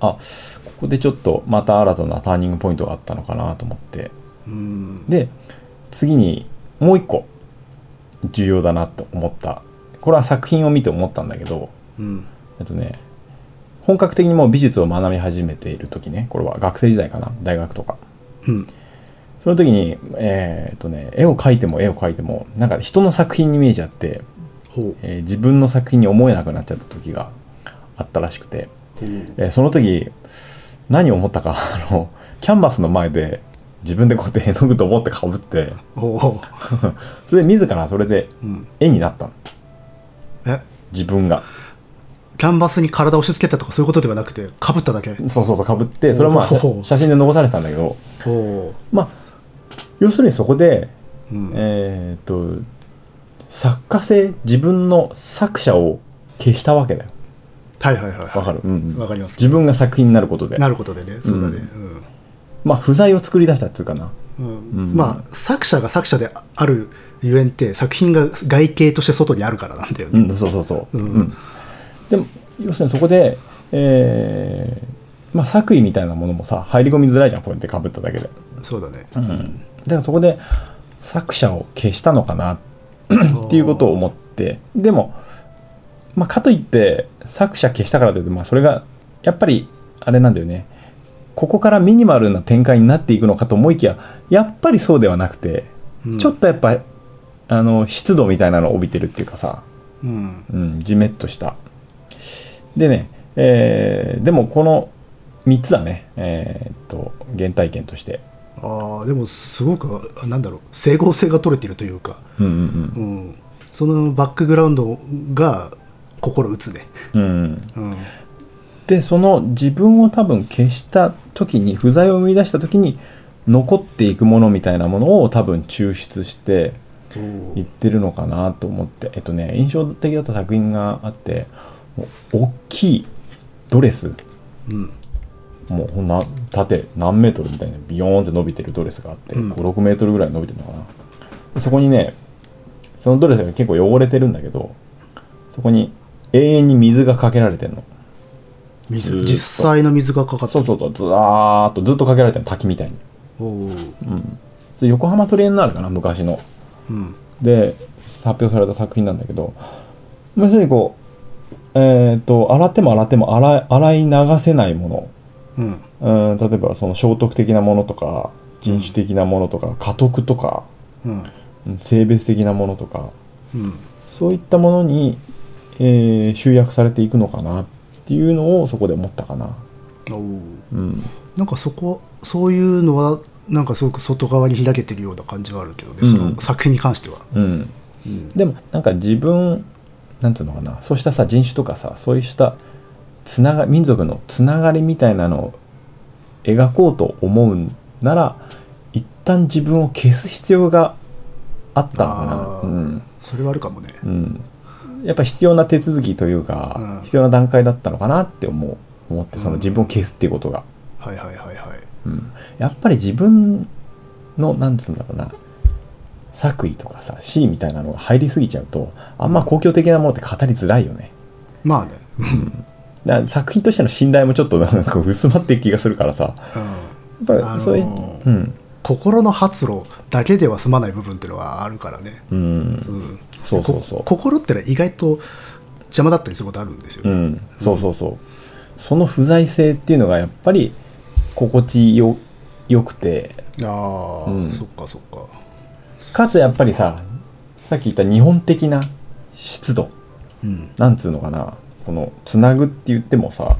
[SPEAKER 1] あここでちょっとまた新たなターニングポイントがあったのかなと思って
[SPEAKER 2] うん
[SPEAKER 1] で次にもう一個重要だなと思ったこれは作品を見て思ったんだけど
[SPEAKER 2] うん
[SPEAKER 1] えっとね本格的にもう美術を学び始めている時ねこれは学生時代かな大学とか
[SPEAKER 2] うん
[SPEAKER 1] その時にえーっとね絵を描いても絵を描いてもなんか人の作品に見えちゃって、
[SPEAKER 2] ほう
[SPEAKER 1] えー自分の作品に思えなくなっちゃった時があったらしくて
[SPEAKER 2] ほう
[SPEAKER 1] えーその時何を思ったか あのキャンバスの前で自分でこうやって絵の具ドボってかぶって
[SPEAKER 2] おう
[SPEAKER 1] それで自らそれで
[SPEAKER 2] うん
[SPEAKER 1] 絵になったの
[SPEAKER 2] え
[SPEAKER 1] 自分が
[SPEAKER 2] キャンバスに体を押し付けたとかそういうことではなくてかぶっただけ
[SPEAKER 1] そうそうそうかぶってそれはまあ
[SPEAKER 2] おお
[SPEAKER 1] 写真で残されてたんだけど
[SPEAKER 2] ほ
[SPEAKER 1] まあ要するにそこで
[SPEAKER 2] う、うん
[SPEAKER 1] えーっと作家性自分の作者を消したわけだよ
[SPEAKER 2] はいはいはい
[SPEAKER 1] わ
[SPEAKER 2] は
[SPEAKER 1] かる、うん
[SPEAKER 2] いわかります
[SPEAKER 1] 自分が作品になることで
[SPEAKER 2] なることでねそうだねうん
[SPEAKER 1] まあ不在を作り出したっていうかな
[SPEAKER 2] うんまあ作者が作者であるゆえんって作品が外形として外にあるからなんだよ
[SPEAKER 1] う
[SPEAKER 2] ね、
[SPEAKER 1] ん、そうそうそう。
[SPEAKER 2] うん
[SPEAKER 1] うんでも要するにそこで、えーまあ、作為みたいなものもさ入り込みづらいじゃんこうやってかぶっただけで。
[SPEAKER 2] そうだね、
[SPEAKER 1] うん、だからそこで作者を消したのかな
[SPEAKER 2] っ
[SPEAKER 1] っていうことを思ってでも、まあ、かといって作者消したからといって、まあ、それがやっぱりあれなんだよねここからミニマルな展開になっていくのかと思いきややっぱりそうではなくて、
[SPEAKER 2] うん
[SPEAKER 1] ちょっとやっぱあの湿度みたいなのを帯びてるっていうかさ、
[SPEAKER 2] うん
[SPEAKER 1] うん、じめっとした。でね、えーでもこの3つだね、えーっと、原体験として。
[SPEAKER 2] ああでもすごくあなんだろう整合性が取れてるというか、
[SPEAKER 1] うんうん
[SPEAKER 2] うん、そのバックグラウンドが心打つね、
[SPEAKER 1] うん。うん、
[SPEAKER 2] うん、
[SPEAKER 1] で、その自分を多分消した時に、不在を生み出した時に、残っていくものみたいなものを多分抽出していってるのかなと思って、えっとね、印象的だった作品があって、もう大きいドレス、
[SPEAKER 2] うん
[SPEAKER 1] もうほんな縦何メートルみたいなビヨーンって伸びてるドレスがあって、
[SPEAKER 2] うん
[SPEAKER 1] 56メートルぐらい伸びてるのかなでそこにねそのドレスが結構汚れてるんだけどそこに永遠に水がかけられてんのずー
[SPEAKER 2] 水
[SPEAKER 1] っと
[SPEAKER 2] 実際の水がかかって
[SPEAKER 1] そうそうそうずらーっとずっとかけられてるの滝みたいに、
[SPEAKER 2] おー
[SPEAKER 1] うん、それ横浜トリエンナーレかな昔の
[SPEAKER 2] うん
[SPEAKER 1] で発表された作品なんだけど要するにこうえっ、と洗っても洗っても洗い洗い流せないもの
[SPEAKER 2] うん
[SPEAKER 1] うん例えばその聖徳的なものとか人種的なものとか家督とか
[SPEAKER 2] うん
[SPEAKER 1] うん性別的なものとか
[SPEAKER 2] うん
[SPEAKER 1] そういったものに、えー集約されていくのかなっていうのをそこで思ったかな。
[SPEAKER 2] おー
[SPEAKER 1] うん、
[SPEAKER 2] なんかそこそういうのはなんかすごく外側に開けてるような感じがあるけどね、
[SPEAKER 1] うん
[SPEAKER 2] その作品に関しては、
[SPEAKER 1] うん、
[SPEAKER 2] うん
[SPEAKER 1] でもなんか自分なんていうのかなそうしたさ人種とかさそうしたつなが民族のつながりみたいなのを描こうと思うなら一旦自分を消す必要があったのかな。
[SPEAKER 2] あー
[SPEAKER 1] うん
[SPEAKER 2] それはあるかもね
[SPEAKER 1] うん、やっぱ必要な手続きというか、
[SPEAKER 2] うん
[SPEAKER 1] 必要な段階だったのかなって思う思ってその
[SPEAKER 2] うん
[SPEAKER 1] 自分を消すっていうことが、
[SPEAKER 2] はいはいはいはい
[SPEAKER 1] うんやっぱり自分のなんつうんだろうな作為とかさ C みたいなのが入りすぎちゃうとあんま公共的なものって語りづらいよね
[SPEAKER 2] まあね
[SPEAKER 1] だから作品としての信頼もちょっとなんか薄まっていく気がするからさ
[SPEAKER 2] うん
[SPEAKER 1] やっ
[SPEAKER 2] あ
[SPEAKER 1] ぱ
[SPEAKER 2] の
[SPEAKER 1] り
[SPEAKER 2] ー
[SPEAKER 1] そういう、うん
[SPEAKER 2] 心の発露だけでは済まない部分っていうのはあるからね、
[SPEAKER 1] うん
[SPEAKER 2] うん、
[SPEAKER 1] そうそうそう
[SPEAKER 2] こ心ってのは意外と邪魔だったりすることあるんですよ
[SPEAKER 1] う
[SPEAKER 2] ね、
[SPEAKER 1] ん、そうそうそう、その不在性っていうのがやっぱり心地よよくて
[SPEAKER 2] ああ、
[SPEAKER 1] うん
[SPEAKER 2] そっかそっか
[SPEAKER 1] かつやっぱりささっき言った日本的な湿度
[SPEAKER 2] うん
[SPEAKER 1] なんつうのかなこのつなぐって言ってもさ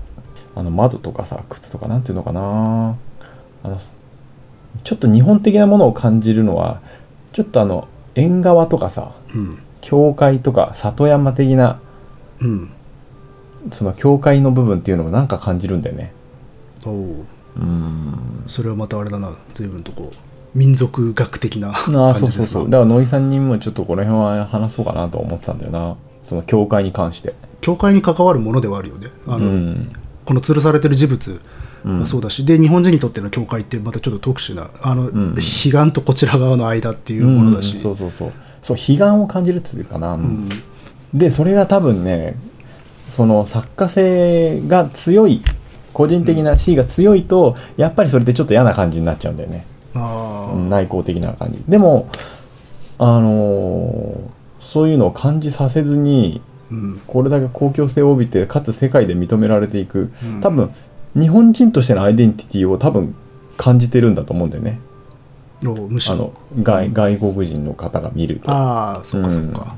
[SPEAKER 1] あの窓とかさ靴とかなんていうのかなあのちょっと日本的なものを感じるのはちょっとあの縁側とかさ
[SPEAKER 2] うん
[SPEAKER 1] 教会とか里山的な
[SPEAKER 2] うん
[SPEAKER 1] その教会の部分っていうのもなんか感じるんだよね
[SPEAKER 2] おお
[SPEAKER 1] うん
[SPEAKER 2] それはまたあれだな随分とこう民族学的な
[SPEAKER 1] ああ
[SPEAKER 2] 感
[SPEAKER 1] そ
[SPEAKER 2] じで
[SPEAKER 1] う
[SPEAKER 2] す
[SPEAKER 1] そう
[SPEAKER 2] な
[SPEAKER 1] そうだから野井さんにもちょっとこの辺は話そうかなと思ってたんだよなその教会に関して
[SPEAKER 2] 教会に関わるものではあるよねあの、
[SPEAKER 1] うん
[SPEAKER 2] この吊るされてる事物
[SPEAKER 1] うん
[SPEAKER 2] もそうだし、で日本人にとっての教会ってまたちょっと特殊なあの、
[SPEAKER 1] ん
[SPEAKER 2] 彼岸とこちら側の間っていうものだし、
[SPEAKER 1] うんそうそうそうそう悲願を感じるっていうかな、
[SPEAKER 2] うん
[SPEAKER 1] でそれが多分ねその作家性が強い個人的な C が強いと、やっぱりそれってちょっと嫌な感じになっちゃうんだよね、
[SPEAKER 2] ああ、
[SPEAKER 1] うん内向的な感じでもあのーそういうのを感じさせずに
[SPEAKER 2] うん
[SPEAKER 1] これだけ公共性を帯びてかつ世界で認められていく、
[SPEAKER 2] うん
[SPEAKER 1] 多分日本人としてのアイデンティティを多分感じてるんだと思うんだよね
[SPEAKER 2] おむし
[SPEAKER 1] あ
[SPEAKER 2] ろ
[SPEAKER 1] の外外国人の方が見ると
[SPEAKER 2] ああそうかそうか、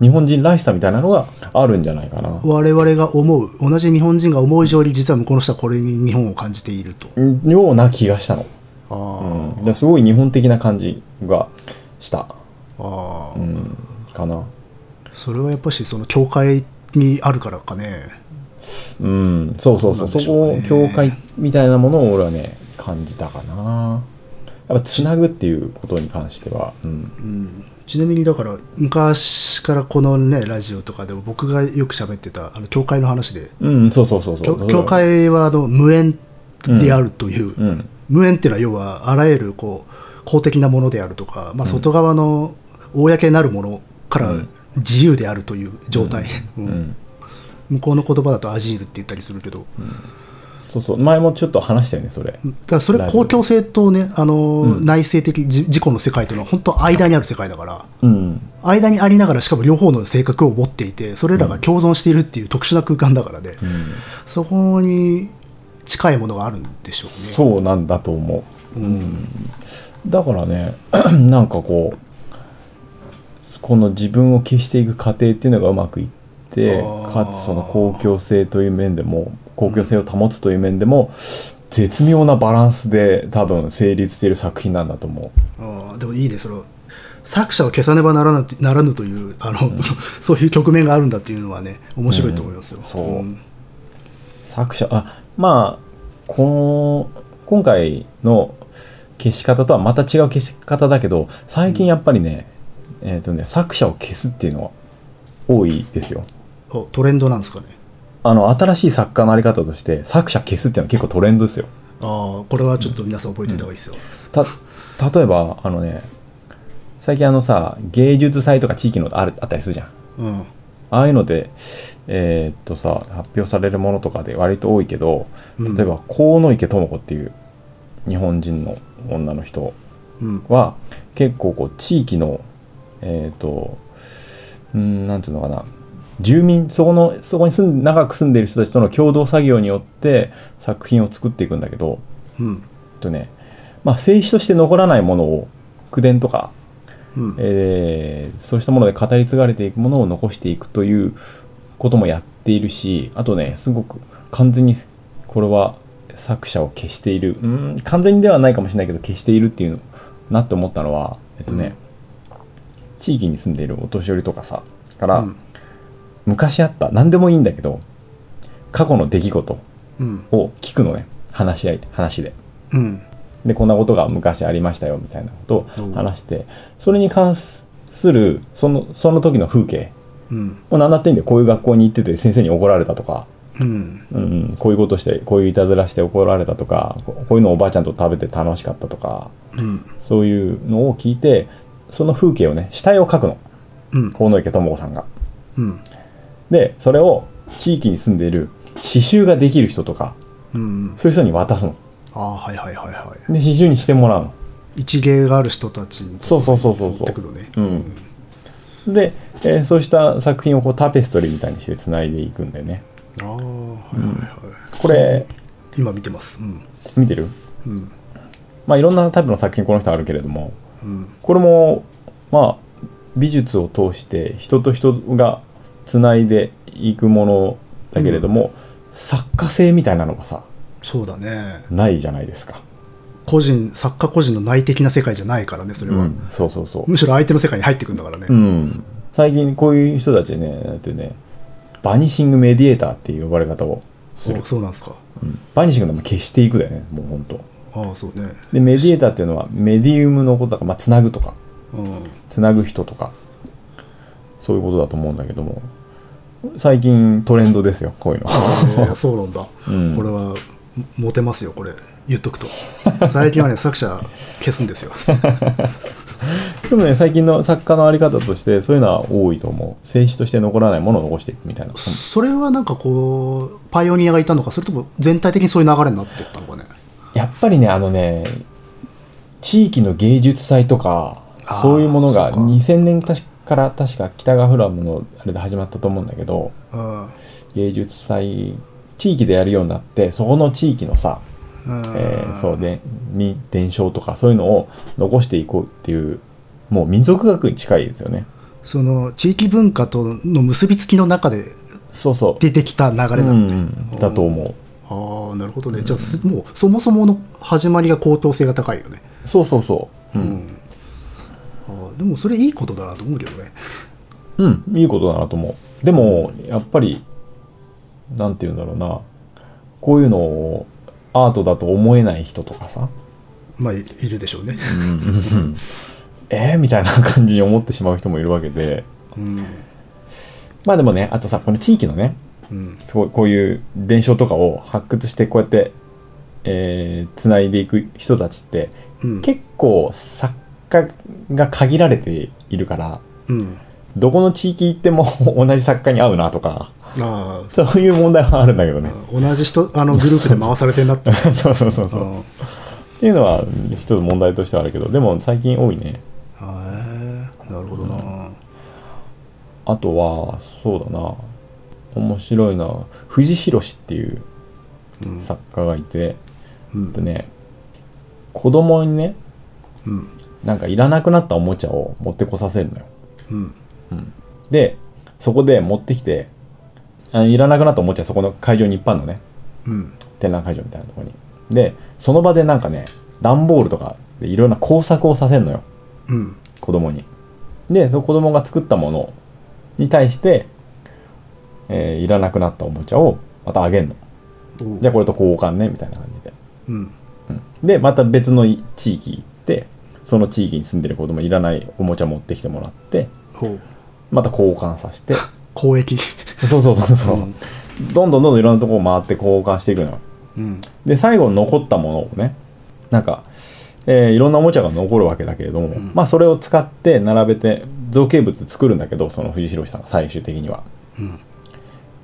[SPEAKER 1] 日本人らしさみたいなのがあるんじゃないかな
[SPEAKER 2] 我々が思う同じ日本人が思う以上に実は向こうの人はこれに日本を感じていると
[SPEAKER 1] ような気がしたの、
[SPEAKER 2] あ
[SPEAKER 1] だからすごい日本的な感じがした、
[SPEAKER 2] あああ、
[SPEAKER 1] うん、かな
[SPEAKER 2] それはやっぱしその教会にあるからかね
[SPEAKER 1] うんそうそう
[SPEAKER 2] そ
[SPEAKER 1] そうう
[SPEAKER 2] なんで
[SPEAKER 1] そ
[SPEAKER 2] しょ
[SPEAKER 1] こ
[SPEAKER 2] うね
[SPEAKER 1] を境界みたいなものを俺はね感じたかなやっぱつなぐっていうことに関しては、うん、
[SPEAKER 2] ちなみにだから昔からこのねラジオとかでも僕がよく喋ってたあの教会の話で
[SPEAKER 1] うん、そうそうそうそ
[SPEAKER 2] 教
[SPEAKER 1] う
[SPEAKER 2] 教会はあの無縁であるという、
[SPEAKER 1] うん
[SPEAKER 2] 無縁っていうのは要はあらゆるこう公的なものであるとか、まあ、外側の公になるものから
[SPEAKER 1] うん
[SPEAKER 2] 自由であるという状態、
[SPEAKER 1] う
[SPEAKER 2] うん
[SPEAKER 1] ん
[SPEAKER 2] 向こうの言葉だとアジールって言ったりするけど、
[SPEAKER 1] そうそう前もちょっと話したよねそれ
[SPEAKER 2] だからそれ
[SPEAKER 1] ライブ
[SPEAKER 2] 公共性とねあのー、内政的じ自己の世界というのは本当間にある世界だから
[SPEAKER 1] うん
[SPEAKER 2] 間にありながらしかも両方の性格を持っていてそれらが共存しているっていう特殊な空間だからね、
[SPEAKER 1] うん
[SPEAKER 2] そこに近いものがあるんでしょうね。
[SPEAKER 1] そうなんだと思う、うん、だからね なんかこうこの自分を消していく過程っていうのがうまくいって
[SPEAKER 2] あー
[SPEAKER 1] かつその公共性という面でも公共性を保つという面でも、絶妙なバランスで多分成立している作品なんだと思う
[SPEAKER 2] あーでもいいねその作者を消さねばならぬならぬというあの、 そういう局面があるんだっていうのはね面白いと思いますよ。
[SPEAKER 1] うんそうん作者あまあこの今回の消し方とはまた違う消し方だけど最近やっぱりね、えっ、とね作者を消すっていうのは多いですよ
[SPEAKER 2] おトレンドなんですかね。
[SPEAKER 1] あの新しい作家のあり方として作者消すっていうのは結構トレンドですよ
[SPEAKER 2] ああこれはちょっと皆さん覚えておいた方がいいですよ。
[SPEAKER 1] た例えばあのね最近あのさ芸術祭とか地域のあるあったりするじゃん
[SPEAKER 2] うん、あ
[SPEAKER 1] ああいうのでえーっとさ発表されるものとかで割と多いけど
[SPEAKER 2] うん
[SPEAKER 1] 例えば鴻、池智子っていう日本人の女の人
[SPEAKER 2] うん、
[SPEAKER 1] は結構こう地域のえーっとうーんなんていうのかな住民そこのそこに住ん長く住んでいる人たちとの共同作業によって作品を作っていくんだけど
[SPEAKER 2] うん、
[SPEAKER 1] えっとね、まあ、静止として残らないものを口伝とか、
[SPEAKER 2] うん、
[SPEAKER 1] えーそうしたもので語り継がれていくものを残していくということもやっているしあとねすごく完全にこれは作者を消しているうーん完全にではないかもしれないけど消しているっていうのなって思ったのはえっとね、
[SPEAKER 2] うん
[SPEAKER 1] 地域に住んでいるお年寄りとかさか
[SPEAKER 2] う
[SPEAKER 1] ら、
[SPEAKER 2] ん、
[SPEAKER 1] 昔あった何でもいいんだけど過去の出来事
[SPEAKER 2] うん、
[SPEAKER 1] を聞くのね話し合い話で。
[SPEAKER 2] うん、
[SPEAKER 1] でこんなことが昔ありましたよみたいなことを
[SPEAKER 2] うん
[SPEAKER 1] 話してそれに関するそのその時の風景
[SPEAKER 2] うん、
[SPEAKER 1] もう何だっていいんでこういう学校に行ってて先生に怒られたとか、
[SPEAKER 2] うん、
[SPEAKER 1] うんうん、こういうことしてこういういたずらして怒られたとかここういうのをおばあちゃんと食べて楽しかったとか
[SPEAKER 2] うん、
[SPEAKER 1] そういうのを聞いてその風景をね死体を描くの
[SPEAKER 2] うん、
[SPEAKER 1] 河野池智子さんが。
[SPEAKER 2] うん、
[SPEAKER 1] でそれを地域に住んでいる刺繍ができる人とか
[SPEAKER 2] うん、
[SPEAKER 1] そういう人に渡すの。
[SPEAKER 2] ああはいはいはいは
[SPEAKER 1] で刺繍にしてもらうの。
[SPEAKER 2] い。一芸がある人たちに
[SPEAKER 1] そうそうそうそう
[SPEAKER 2] 持
[SPEAKER 1] そう
[SPEAKER 2] ってくるね。
[SPEAKER 1] うん、で、えーそうした作品をこうタペストリーみたいにしてつないでいくんだよね
[SPEAKER 2] ああはいはいはい。
[SPEAKER 1] これ
[SPEAKER 2] 今見てます。うん、
[SPEAKER 1] 見てる
[SPEAKER 2] うん、
[SPEAKER 1] まあいろんなタイプの作品この人あるけれども
[SPEAKER 2] うん、
[SPEAKER 1] これもまあ美術を通して人と人がつないでいくものだけれども、作家性みたいなのがさ
[SPEAKER 2] そうだね
[SPEAKER 1] ないじゃないですか、
[SPEAKER 2] 個人作家個人の内的な世界じゃないからねそれ
[SPEAKER 1] う
[SPEAKER 2] は、
[SPEAKER 1] んそうそうそう
[SPEAKER 2] むしろ相手の世界に入ってくんだからね、
[SPEAKER 1] うん、最近こういう人たちねだってねバニシングメディエーターっていう呼ばれ方をする
[SPEAKER 2] お、そうなんですか
[SPEAKER 1] うんバニシングでも消していくだよねもうほんと
[SPEAKER 2] ああそ うね
[SPEAKER 1] でメディエーターっていうのはメディウムのことだからまあつなぐとか
[SPEAKER 2] うん
[SPEAKER 1] つなぐ人とかそういうことだと思うんだけども最近トレンドですよこういうの
[SPEAKER 2] えーそうなんだ、
[SPEAKER 1] うん
[SPEAKER 2] これはモテますよこれ言っとくと最近 はね作者消すんですよ
[SPEAKER 1] でもね最近の作家のあり方としてそういうのは多いと思う静止として残らないものを残していくみたいな
[SPEAKER 2] それはなんかこうパイオニアがいたのかそれとも全体的にそういう流れになってったのかね
[SPEAKER 1] やっぱりねあのね地域の芸術祭とか
[SPEAKER 2] あー
[SPEAKER 1] そういうものが
[SPEAKER 2] そうか
[SPEAKER 1] 2000年から確か北川フラムのあれで始まったと思うんだけど
[SPEAKER 2] うん
[SPEAKER 1] 芸術祭地域でやるようになってそこの地域のさ、
[SPEAKER 2] うん
[SPEAKER 1] えーそうでに伝承とかそういうのを残していこうっていうもう民族学に近いですよね
[SPEAKER 2] その地域文化との結びつきの中で
[SPEAKER 1] そうそう、
[SPEAKER 2] 出てきた流れなんだ、
[SPEAKER 1] うんうん、だと思う
[SPEAKER 2] ああなるほどねじゃあすもうそもそもの始まりが高等性が高いよね
[SPEAKER 1] そうそうそううん、
[SPEAKER 2] あーでもそれいいことだなと思うけどね
[SPEAKER 1] うん、いいことだなと思う。でも、やっぱり、なんて言うんだろうな、こういうのをアートだと思えない人とかさ、
[SPEAKER 2] まあいいるでしょうね、
[SPEAKER 1] えー、みたいな感じに思ってしまう人もいるわけで、
[SPEAKER 2] うん
[SPEAKER 1] まあでもね、あとさ、この地域のね、
[SPEAKER 2] うん、
[SPEAKER 1] すごいこういう伝承とかを発掘して、こうやって、えー、繋いでいく人たちって、
[SPEAKER 2] うん
[SPEAKER 1] 結構作家が限られているから、
[SPEAKER 2] うん、
[SPEAKER 1] どこの地域行っても 同じ作家に会うなとか、
[SPEAKER 2] あ
[SPEAKER 1] そういう問題はあるんだけどね。
[SPEAKER 2] あ同じ人あのグループで回されてんなって
[SPEAKER 1] そうそうそう
[SPEAKER 2] う
[SPEAKER 1] そう。
[SPEAKER 2] んへ
[SPEAKER 1] っていうのは一つ問題としてはあるけどでも最近多いね
[SPEAKER 2] えなるほどな、
[SPEAKER 1] あとはそうだな面白いな藤弘っていう
[SPEAKER 2] うん
[SPEAKER 1] 作家がいて、
[SPEAKER 2] うん
[SPEAKER 1] でね子供にね
[SPEAKER 2] うん
[SPEAKER 1] なんかいらなくなったおもちゃを持ってこさせるのよ
[SPEAKER 2] うん
[SPEAKER 1] でそこで持ってきてあいらなくなったおもちゃそこの会場にいっぱいあるのね
[SPEAKER 2] うん
[SPEAKER 1] 展覧会場みたいなところにでその場でなんかね段ボールとかでいろんな工作をさせるのよ
[SPEAKER 2] うん
[SPEAKER 1] 子供に。で、その子供が作ったものに対して、えーいらなくなったおもちゃをまたあげんの。
[SPEAKER 2] おう
[SPEAKER 1] じゃあこれと交換ね、みたいな感じで。
[SPEAKER 2] うん
[SPEAKER 1] うん、で、また別のい地域行って、その地域に住んでる子供いらないおもちゃ持ってきてもらって、
[SPEAKER 2] ほう
[SPEAKER 1] また交換させて、
[SPEAKER 2] 交易
[SPEAKER 1] そうそうそうそうう、
[SPEAKER 2] ん
[SPEAKER 1] どんどんどんどんいろんなとこ回って交換していくのよ。
[SPEAKER 2] うん
[SPEAKER 1] で、最後残ったものをね、なんか、えーいろんなおもちゃが残るわけだけれども、
[SPEAKER 2] ん
[SPEAKER 1] まあそれを使って並べて造形物作るんだけど、その藤代さんが最終的には。
[SPEAKER 2] うん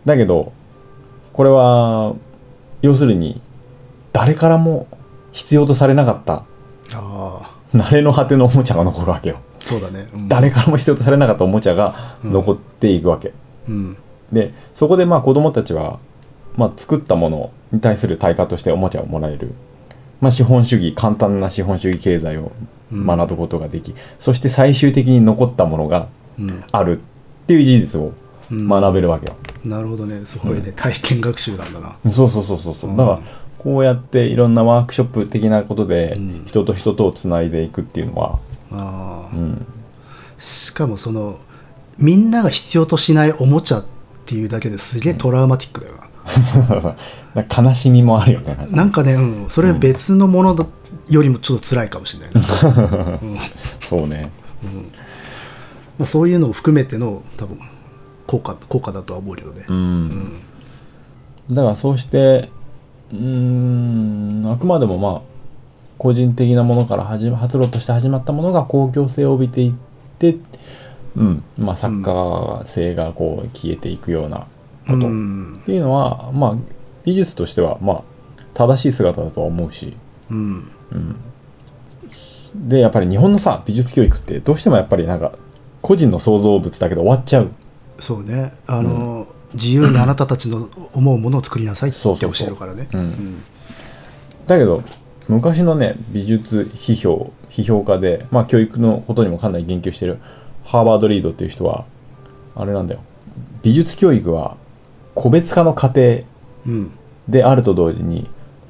[SPEAKER 1] だけど、これは、要するに、誰からも必要とされなかった、
[SPEAKER 2] ああ
[SPEAKER 1] 慣れの果てのおもちゃが残るわけよ。
[SPEAKER 2] そうだね、うん、
[SPEAKER 1] 誰からも必要とされなかったおもちゃが残っていくわけ。
[SPEAKER 2] うん
[SPEAKER 1] で、そこでまあ子供たちは、まあ作ったものに対する対価としておもちゃをもらえる。まあ資本主義、簡単な資本主義経済を学ぶことができ、そして最終的に残ったものが
[SPEAKER 2] うん
[SPEAKER 1] あるっていう事実を学べるわけよ。
[SPEAKER 2] なるほどねすごいね、体験学習なんだな
[SPEAKER 1] そうそうそうそうそうう。
[SPEAKER 2] ん
[SPEAKER 1] だから、こうやっていろんなワークショップ的なことで
[SPEAKER 2] うん、
[SPEAKER 1] 人と人とをつないでいくっていうのは、
[SPEAKER 2] ああ、
[SPEAKER 1] うん。
[SPEAKER 2] しかもそのみんなが必要としないおもちゃっていうだけですげえトラウマティックだよ
[SPEAKER 1] な
[SPEAKER 2] な、
[SPEAKER 1] んか悲しみもあるよね。なんか
[SPEAKER 2] なんかね、うん、それ別のものだよりもちょっと辛いかもしれ ないな、うんま
[SPEAKER 1] そうね。
[SPEAKER 2] あ、そういうのを含めての多分効果効果だとは思うけどね、
[SPEAKER 1] うん、だからそうしてうーんあくまでもまあ個人的なものから始ま発露として始まったものが公共性を帯びていって、うんまあ、作家性がこう消えていくようなこと、
[SPEAKER 2] う
[SPEAKER 1] っ
[SPEAKER 2] ん
[SPEAKER 1] ていうのは、まあ、美術としては、まあ、正しい姿だとは思うし
[SPEAKER 2] うん
[SPEAKER 1] でやっぱり日本のさ美術教育ってどうしてもやっぱりなんか個人の創造物だけど終わっちゃう
[SPEAKER 2] そうねあの、自由にあなたたちの思うものを作りなさいって
[SPEAKER 1] そ
[SPEAKER 2] 教
[SPEAKER 1] うそうそう
[SPEAKER 2] えるからね
[SPEAKER 1] うんだけど昔のね美術批評批評家で、まあ、教育のことにもかなり言及してるハーバード・リードっていう人はあれなんだよ美術教育は個別化の過程
[SPEAKER 2] うん
[SPEAKER 1] であると同時に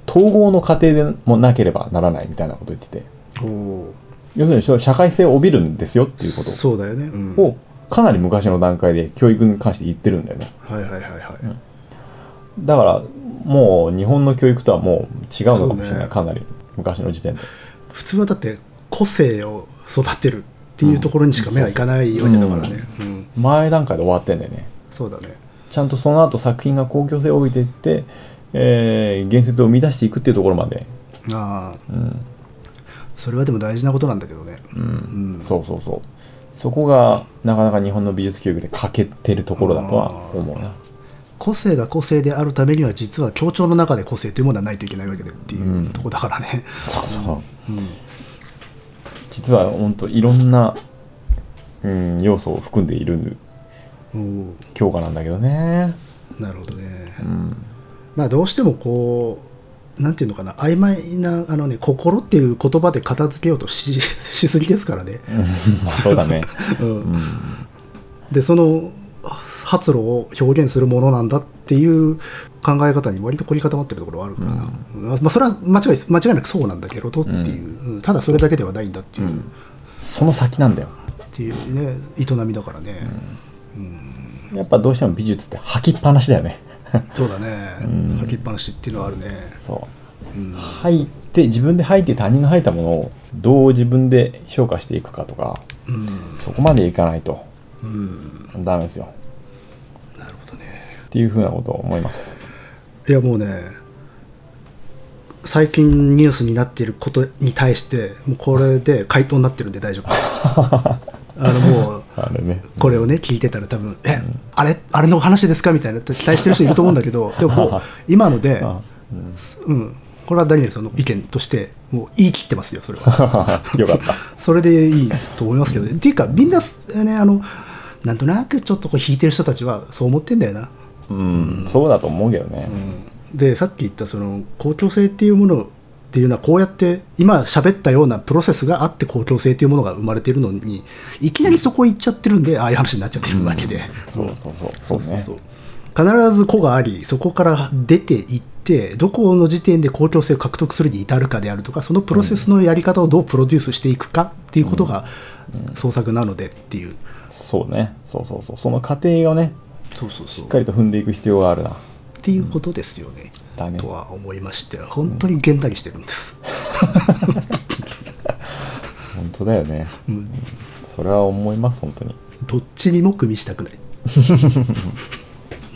[SPEAKER 1] 統合の過程でもなければならないみたいなことを言ってて
[SPEAKER 2] おお
[SPEAKER 1] 要するにそれは社会性を帯びるんですよっていうこ
[SPEAKER 2] そうだよね、うん、
[SPEAKER 1] とをかなり昔の段階で教育に関して言ってるんだよね
[SPEAKER 2] はいはいはいはい、
[SPEAKER 1] だからもう日本の教育とはもう違うのかもしれない、
[SPEAKER 2] そうね
[SPEAKER 1] かなり昔の時点で
[SPEAKER 2] 普通はだって個性を育てるっていうところにしか目はいかないわけだからねうん、
[SPEAKER 1] 前段階で終わってんだよね
[SPEAKER 2] そうだね
[SPEAKER 1] ちゃんとその後作品が公共性を帯びていって、えー、言説を生み出していくっていうところまで、
[SPEAKER 2] ああ
[SPEAKER 1] うん
[SPEAKER 2] それはでも大事なことなんだけどね
[SPEAKER 1] うん
[SPEAKER 2] うん
[SPEAKER 1] そうそうそうそこがなかなか日本の美術教育で欠けてるところだとは思うな
[SPEAKER 2] 個性が個性であるためには実は協調の中で個性というものはないといけないわけでっていううんとこだからね、
[SPEAKER 1] そうそう
[SPEAKER 2] うん
[SPEAKER 1] 実は本当いろんな、うん、要素を含んでいる
[SPEAKER 2] お
[SPEAKER 1] 教科なんだけど ね
[SPEAKER 2] ーなるほどね、
[SPEAKER 1] うん
[SPEAKER 2] まあどうしてもこうなんていうのかな曖昧なあのね心っていう言葉で片付けようとし しすぎですからね、
[SPEAKER 1] うんまあそうだね
[SPEAKER 2] うん
[SPEAKER 1] うん
[SPEAKER 2] でその発露を表現するものなんだっていう考え方に割と凝り固まってるところはあるからな、まあ、それは間違い間違いなくそうなんだけどとっていう、うんただそれだけではないんだっていう,、
[SPEAKER 1] その先なんだよ
[SPEAKER 2] っていうね営みだからね、
[SPEAKER 1] やっぱどうしても美術って履きっぱなしだよね
[SPEAKER 2] そうだね、履きっぱなしっていうのはあるね
[SPEAKER 1] そう、吐いて自分で吐いて他人が吐いたものをどう自分で消化していくかとか
[SPEAKER 2] うん
[SPEAKER 1] そこまでいかないと
[SPEAKER 2] うん
[SPEAKER 1] ダメですよ
[SPEAKER 2] なるほどね
[SPEAKER 1] っていうふうなことを思います
[SPEAKER 2] いやもうね最近ニュースになっていることに対してもうこれで回答になってるんで大丈夫です あのもう
[SPEAKER 1] あれ ね
[SPEAKER 2] これをね聞いてたら多分「えあれあれの話ですか?」みたいな期待してる人いると思うんだけ どでももう今ので
[SPEAKER 1] あ、
[SPEAKER 2] うん、これはダニエルさんの意見としてもう言い切ってますよそれは
[SPEAKER 1] よかった
[SPEAKER 2] それでいいと思いますけどねっていうかみんなねあのなんとなくちょっとこう引いてる人たちはそう思ってんだよな
[SPEAKER 1] うん、そうだと思うけどね、
[SPEAKER 2] でさっき言ったその公共性っていうものっていうのはこうやって今喋ったようなプロセスがあって公共性っていうものが生まれてるのにいきなりそこ行っちゃってるんでああいう話になっちゃってるわけで、
[SPEAKER 1] そうそうそうそうね
[SPEAKER 2] そう必ず個がありそこから出ていってどこの時点で公共性を獲得するに至るかであるとかそのプロセスのやり方をどうプロデュースしていくかっていうことが創作なのでっていう、
[SPEAKER 1] そうねそうそうそうその過程をね
[SPEAKER 2] そうそうそう
[SPEAKER 1] しっかりと踏んでいく必要があるな
[SPEAKER 2] っていうことですよね、
[SPEAKER 1] だね
[SPEAKER 2] とは思いまして本当にげんなりしてるんです、
[SPEAKER 1] 本当だよね
[SPEAKER 2] うん
[SPEAKER 1] それは思います本当に
[SPEAKER 2] どっちにも組みしたくない
[SPEAKER 1] と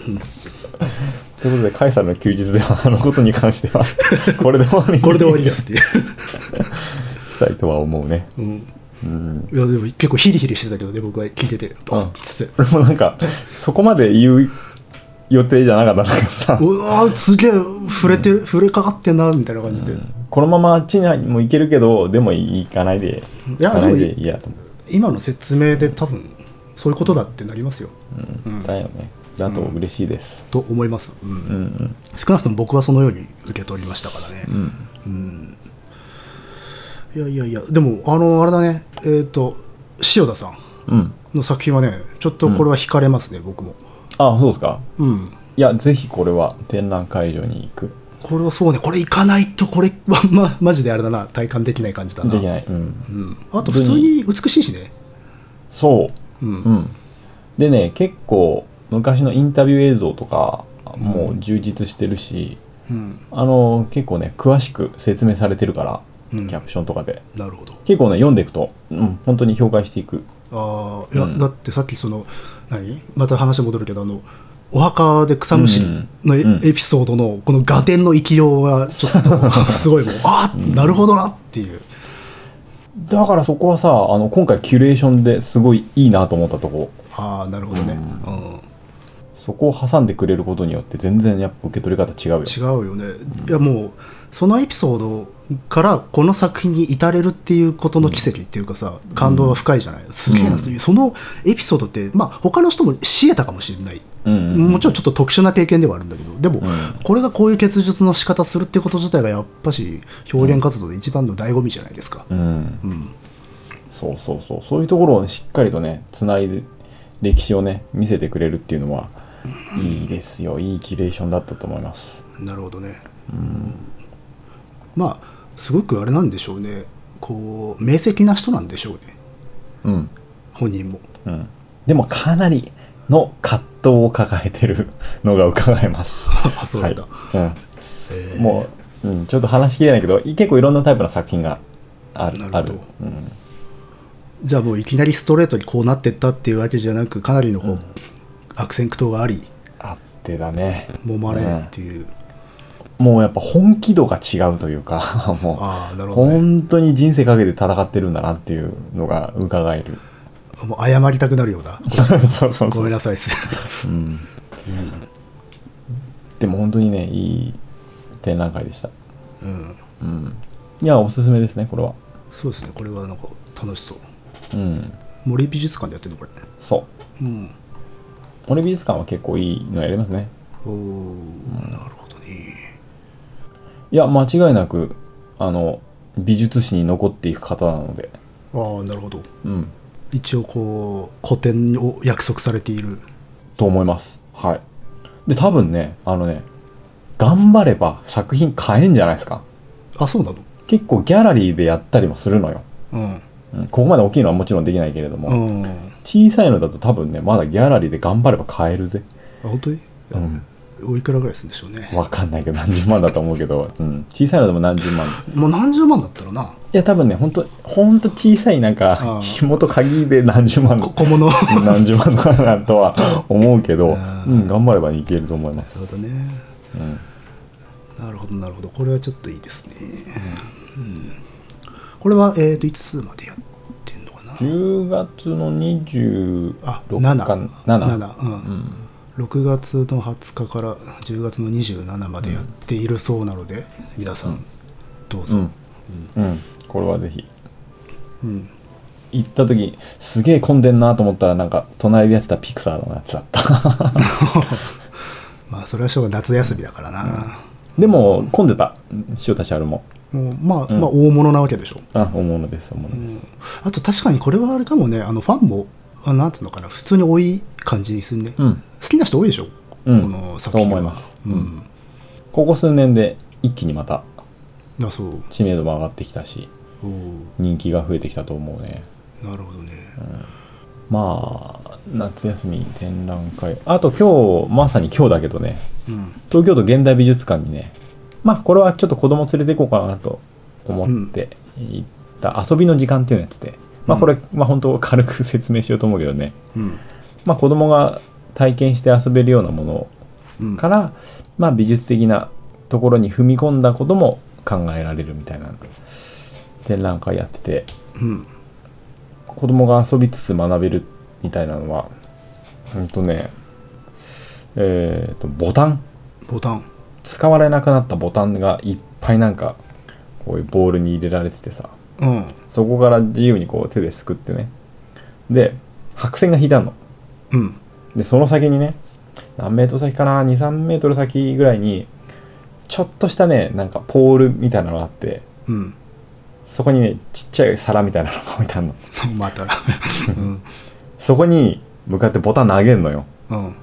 [SPEAKER 1] いうことでカイサルの休日ではあのことに関して はこれで終わりに
[SPEAKER 2] これで終わりですっていう、
[SPEAKER 1] したいとは思うね
[SPEAKER 2] うん、
[SPEAKER 1] うん
[SPEAKER 2] いやでも結構ヒリヒリしてたけどね僕は聞いてて
[SPEAKER 1] うん
[SPEAKER 2] あっつって
[SPEAKER 1] 俺もなんかそこまで言う予定じゃなかったんだけどさ
[SPEAKER 2] うわーすげえ触れて、触れかかってんなみたいな感じで、
[SPEAKER 1] このままあっちにも行けるけどでも行かないで
[SPEAKER 2] い
[SPEAKER 1] 行
[SPEAKER 2] や
[SPEAKER 1] かない
[SPEAKER 2] で
[SPEAKER 1] で
[SPEAKER 2] も
[SPEAKER 1] いいやと思う
[SPEAKER 2] 今の説明で多分そういうことだってなりますよ、うん
[SPEAKER 1] だよねだと嬉しいです
[SPEAKER 2] と思います、うん
[SPEAKER 1] うんうん
[SPEAKER 2] 少なくとも僕はそのように受け取りましたからね、
[SPEAKER 1] うん
[SPEAKER 2] いやいやいやでもあのあれだねえっ、と塩田さん
[SPEAKER 1] うん
[SPEAKER 2] の作品はねちょっとこれは惹かれますね、僕も
[SPEAKER 1] あそうですか
[SPEAKER 2] うん
[SPEAKER 1] いやぜひこれは展覧会場に行く
[SPEAKER 2] これはそうねこれ行かないとこれはまマジであれだな体感できない感じだな
[SPEAKER 1] できない、うん、
[SPEAKER 2] うん、あと普通に美しいしね
[SPEAKER 1] そう、
[SPEAKER 2] うん
[SPEAKER 1] うん、でね結構昔のインタビュー映像とかもう充実してるし、
[SPEAKER 2] うん
[SPEAKER 1] あの結構ね詳しく説明されてるから、
[SPEAKER 2] うん
[SPEAKER 1] キャプションとかで
[SPEAKER 2] なるほど
[SPEAKER 1] 結構ね読んでいくと、うん、本当に評価していく
[SPEAKER 2] ああいや、
[SPEAKER 1] うん
[SPEAKER 2] だってさっきその何また話戻るけどあのお墓で草むしりのエ,、
[SPEAKER 1] うんうん
[SPEAKER 2] エピソードのこの合点の生きようがちょっ とすごいもうああ、なるほどなっていう
[SPEAKER 1] だからそこはさあの今回キュレーションですごいいいなと思ったとこ
[SPEAKER 2] ああなるほどね、うん
[SPEAKER 1] そこを挟んでくれることによって全然やっぱ受け取り方違うよ
[SPEAKER 2] 違うよね、いやもうそのエピソードからこの作品に至れるっていうことの奇跡っていうかさ、感動が深いじゃないすげえな、
[SPEAKER 1] うん
[SPEAKER 2] そのエピソードってまあ他の人も知れたかもしれない
[SPEAKER 1] うんうん
[SPEAKER 2] もちろんちょっと特殊な経験ではあるんだけどでも、
[SPEAKER 1] ん
[SPEAKER 2] これがこういう結術の仕方するってこと自体がやっぱし表現活動で一番の醍醐味じゃないですか、
[SPEAKER 1] うん
[SPEAKER 2] うん
[SPEAKER 1] そうそうそうそういうところをね、しっかりとねつないで歴史をね見せてくれるっていうのはいいですよいいキュレーションだったと思います
[SPEAKER 2] なるほどね、まあすごくあれなんでしょうねこう明晰な人なんでしょうね
[SPEAKER 1] うん
[SPEAKER 2] 本人も
[SPEAKER 1] うんでもかなりの葛藤を抱えてるのが伺えます
[SPEAKER 2] あそうなんだ、
[SPEAKER 1] はい
[SPEAKER 2] え
[SPEAKER 1] う
[SPEAKER 2] ー
[SPEAKER 1] ん、もう、うん、ちょっと話しきれないけどい結構いろんなタイプの作品がある
[SPEAKER 2] なるほ
[SPEAKER 1] あ
[SPEAKER 2] ど
[SPEAKER 1] る、うん、
[SPEAKER 2] じゃあもういきなりストレートにこうなってったっていうわけじゃなくかなりのこう、悪戦苦闘があり
[SPEAKER 1] あってだね
[SPEAKER 2] 揉まれっていう、
[SPEAKER 1] もうやっぱ本気度が違うというか もう
[SPEAKER 2] ああなるほどね
[SPEAKER 1] 本当に人生かけて戦ってるんだなっていうのが伺える
[SPEAKER 2] もう謝りたくなるような
[SPEAKER 1] そうそう
[SPEAKER 2] ご
[SPEAKER 1] そ
[SPEAKER 2] め
[SPEAKER 1] うん
[SPEAKER 2] なさいっ す
[SPEAKER 1] うん、でも本当にねいい展覧会でした、
[SPEAKER 2] うん
[SPEAKER 1] うん、いやおすすめですねこれは
[SPEAKER 2] そうですねこれはなんか楽しそう
[SPEAKER 1] うん
[SPEAKER 2] 森美術館でやってるのこれ
[SPEAKER 1] そう
[SPEAKER 2] うん
[SPEAKER 1] 森美術館は結構いいのやりますね
[SPEAKER 2] おお、なるほどね
[SPEAKER 1] いや間違いなくあの美術史に残っていく方なので
[SPEAKER 2] ああなるほど
[SPEAKER 1] うん
[SPEAKER 2] 一応こう古典を約束されている
[SPEAKER 1] と思いますはいで多分ねあのね頑張れば作品買えんじゃないですか
[SPEAKER 2] あそうなの
[SPEAKER 1] 結構ギャラリーでやったりもするのよ、
[SPEAKER 2] うん
[SPEAKER 1] うん、ここまで大きいのはもちろんできないけれども、
[SPEAKER 2] うんあ
[SPEAKER 1] 小さいのだと多分ねまだギャラリーで頑張れば買えるぜ
[SPEAKER 2] 本当に
[SPEAKER 1] うん
[SPEAKER 2] おいくらぐらいするんでしょうね
[SPEAKER 1] わかんないけど何十万だと思うけど、うん、小さいのでも何十万
[SPEAKER 2] もう何十万だったらない
[SPEAKER 1] や多分ねほんとほんと小さいなん
[SPEAKER 2] あ
[SPEAKER 1] か
[SPEAKER 2] あ
[SPEAKER 1] 紐と鍵で何十万
[SPEAKER 2] こ小物なる
[SPEAKER 1] 何十万かなとは思うけど、う
[SPEAKER 2] ああ
[SPEAKER 1] ん、頑張ればいけると思います、
[SPEAKER 2] ほどね
[SPEAKER 1] うん、
[SPEAKER 2] なるほどなるほどこれはちょっといいですね、うんこれは、えー、といつまでやってんのかな
[SPEAKER 1] 10月の26
[SPEAKER 2] あ
[SPEAKER 1] 日
[SPEAKER 2] 7
[SPEAKER 1] か7
[SPEAKER 2] 7うん6月の20日から10月の27までやっているそうなので、皆さんどう
[SPEAKER 1] う
[SPEAKER 2] ぞ、
[SPEAKER 1] んうん、うん、これはぜひ
[SPEAKER 2] うん
[SPEAKER 1] 行った時すげえ混んでんなと思ったらなんか隣でやってたピクサーのやつだった
[SPEAKER 2] まあそれはしょうが夏休みだからな、
[SPEAKER 1] でも混んでた塩田シャルも
[SPEAKER 2] もうまあ、
[SPEAKER 1] うん
[SPEAKER 2] まあ大物なわけでしょ、
[SPEAKER 1] あ本物です本物です、
[SPEAKER 2] あと確かにこれはあれかもねあのファンもあなんていうのかな普通に多い感じにすんね、
[SPEAKER 1] うん
[SPEAKER 2] 好きな人多いでしょ、
[SPEAKER 1] うん
[SPEAKER 2] この作品は
[SPEAKER 1] と思います
[SPEAKER 2] うん
[SPEAKER 1] ここ数年で一気にまた
[SPEAKER 2] あそう
[SPEAKER 1] 知名度も上がってきたし
[SPEAKER 2] おー
[SPEAKER 1] 人気が増えてきたと思うね
[SPEAKER 2] なるほどね、
[SPEAKER 1] まあ夏休み展覧会あと今日まさに今日だけどね
[SPEAKER 2] うん
[SPEAKER 1] 東京都現代美術館にねまあこれはちょっと子供連れて行こうかなと思って行った遊びの時間っていうのやつでまあこれ、まあ本当軽く説明しようと思うけどね
[SPEAKER 2] うん
[SPEAKER 1] まあ子供が体験して遊べるようなものを
[SPEAKER 2] うん
[SPEAKER 1] から、まあ、美術的なところに踏み込んだことも考えられるみたいな展覧会やってて
[SPEAKER 2] うん
[SPEAKER 1] 子供が遊びつつ学べるみたいなのはうんとねえっ、とボタン
[SPEAKER 2] ボタン
[SPEAKER 1] 使われなくなったボタンがいっぱいなんかこういうボールに入れられててさ
[SPEAKER 2] うん
[SPEAKER 1] そこから自由にこう手ですくってねで白線が引いてあるの
[SPEAKER 2] うん
[SPEAKER 1] でその先にね何メートル先かな23メートル先ぐらいにちょっとしたねなんかポールみたいなのがあって
[SPEAKER 2] うん
[SPEAKER 1] そこにねちっちゃい皿みたいなのが置いてあるの
[SPEAKER 2] ま た、うん、
[SPEAKER 1] そこに向かってボタン投げんのよ
[SPEAKER 2] うん、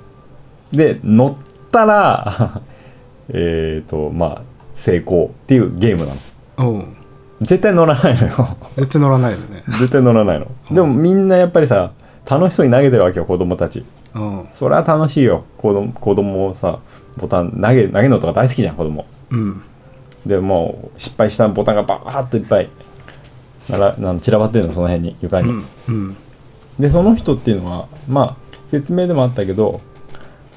[SPEAKER 1] で乗ったら えっとまあ成功っていうゲームなの
[SPEAKER 2] うん、
[SPEAKER 1] 絶対乗らないのよ
[SPEAKER 2] 絶対乗らないよね。
[SPEAKER 1] 絶対乗らないのでもみんなやっぱりさ楽しそうに投げてるわけよ子供たち
[SPEAKER 2] うん、
[SPEAKER 1] そりゃ楽しいよ子供子供をさボタン投げ投げるのとか大好きじゃん子供
[SPEAKER 2] うん、
[SPEAKER 1] でもう失敗したボタンがバーッといっぱいならなん散らばってるのその辺に床
[SPEAKER 2] う
[SPEAKER 1] に、
[SPEAKER 2] ん、うん、
[SPEAKER 1] でその人っていうのはまあ説明でもあったけど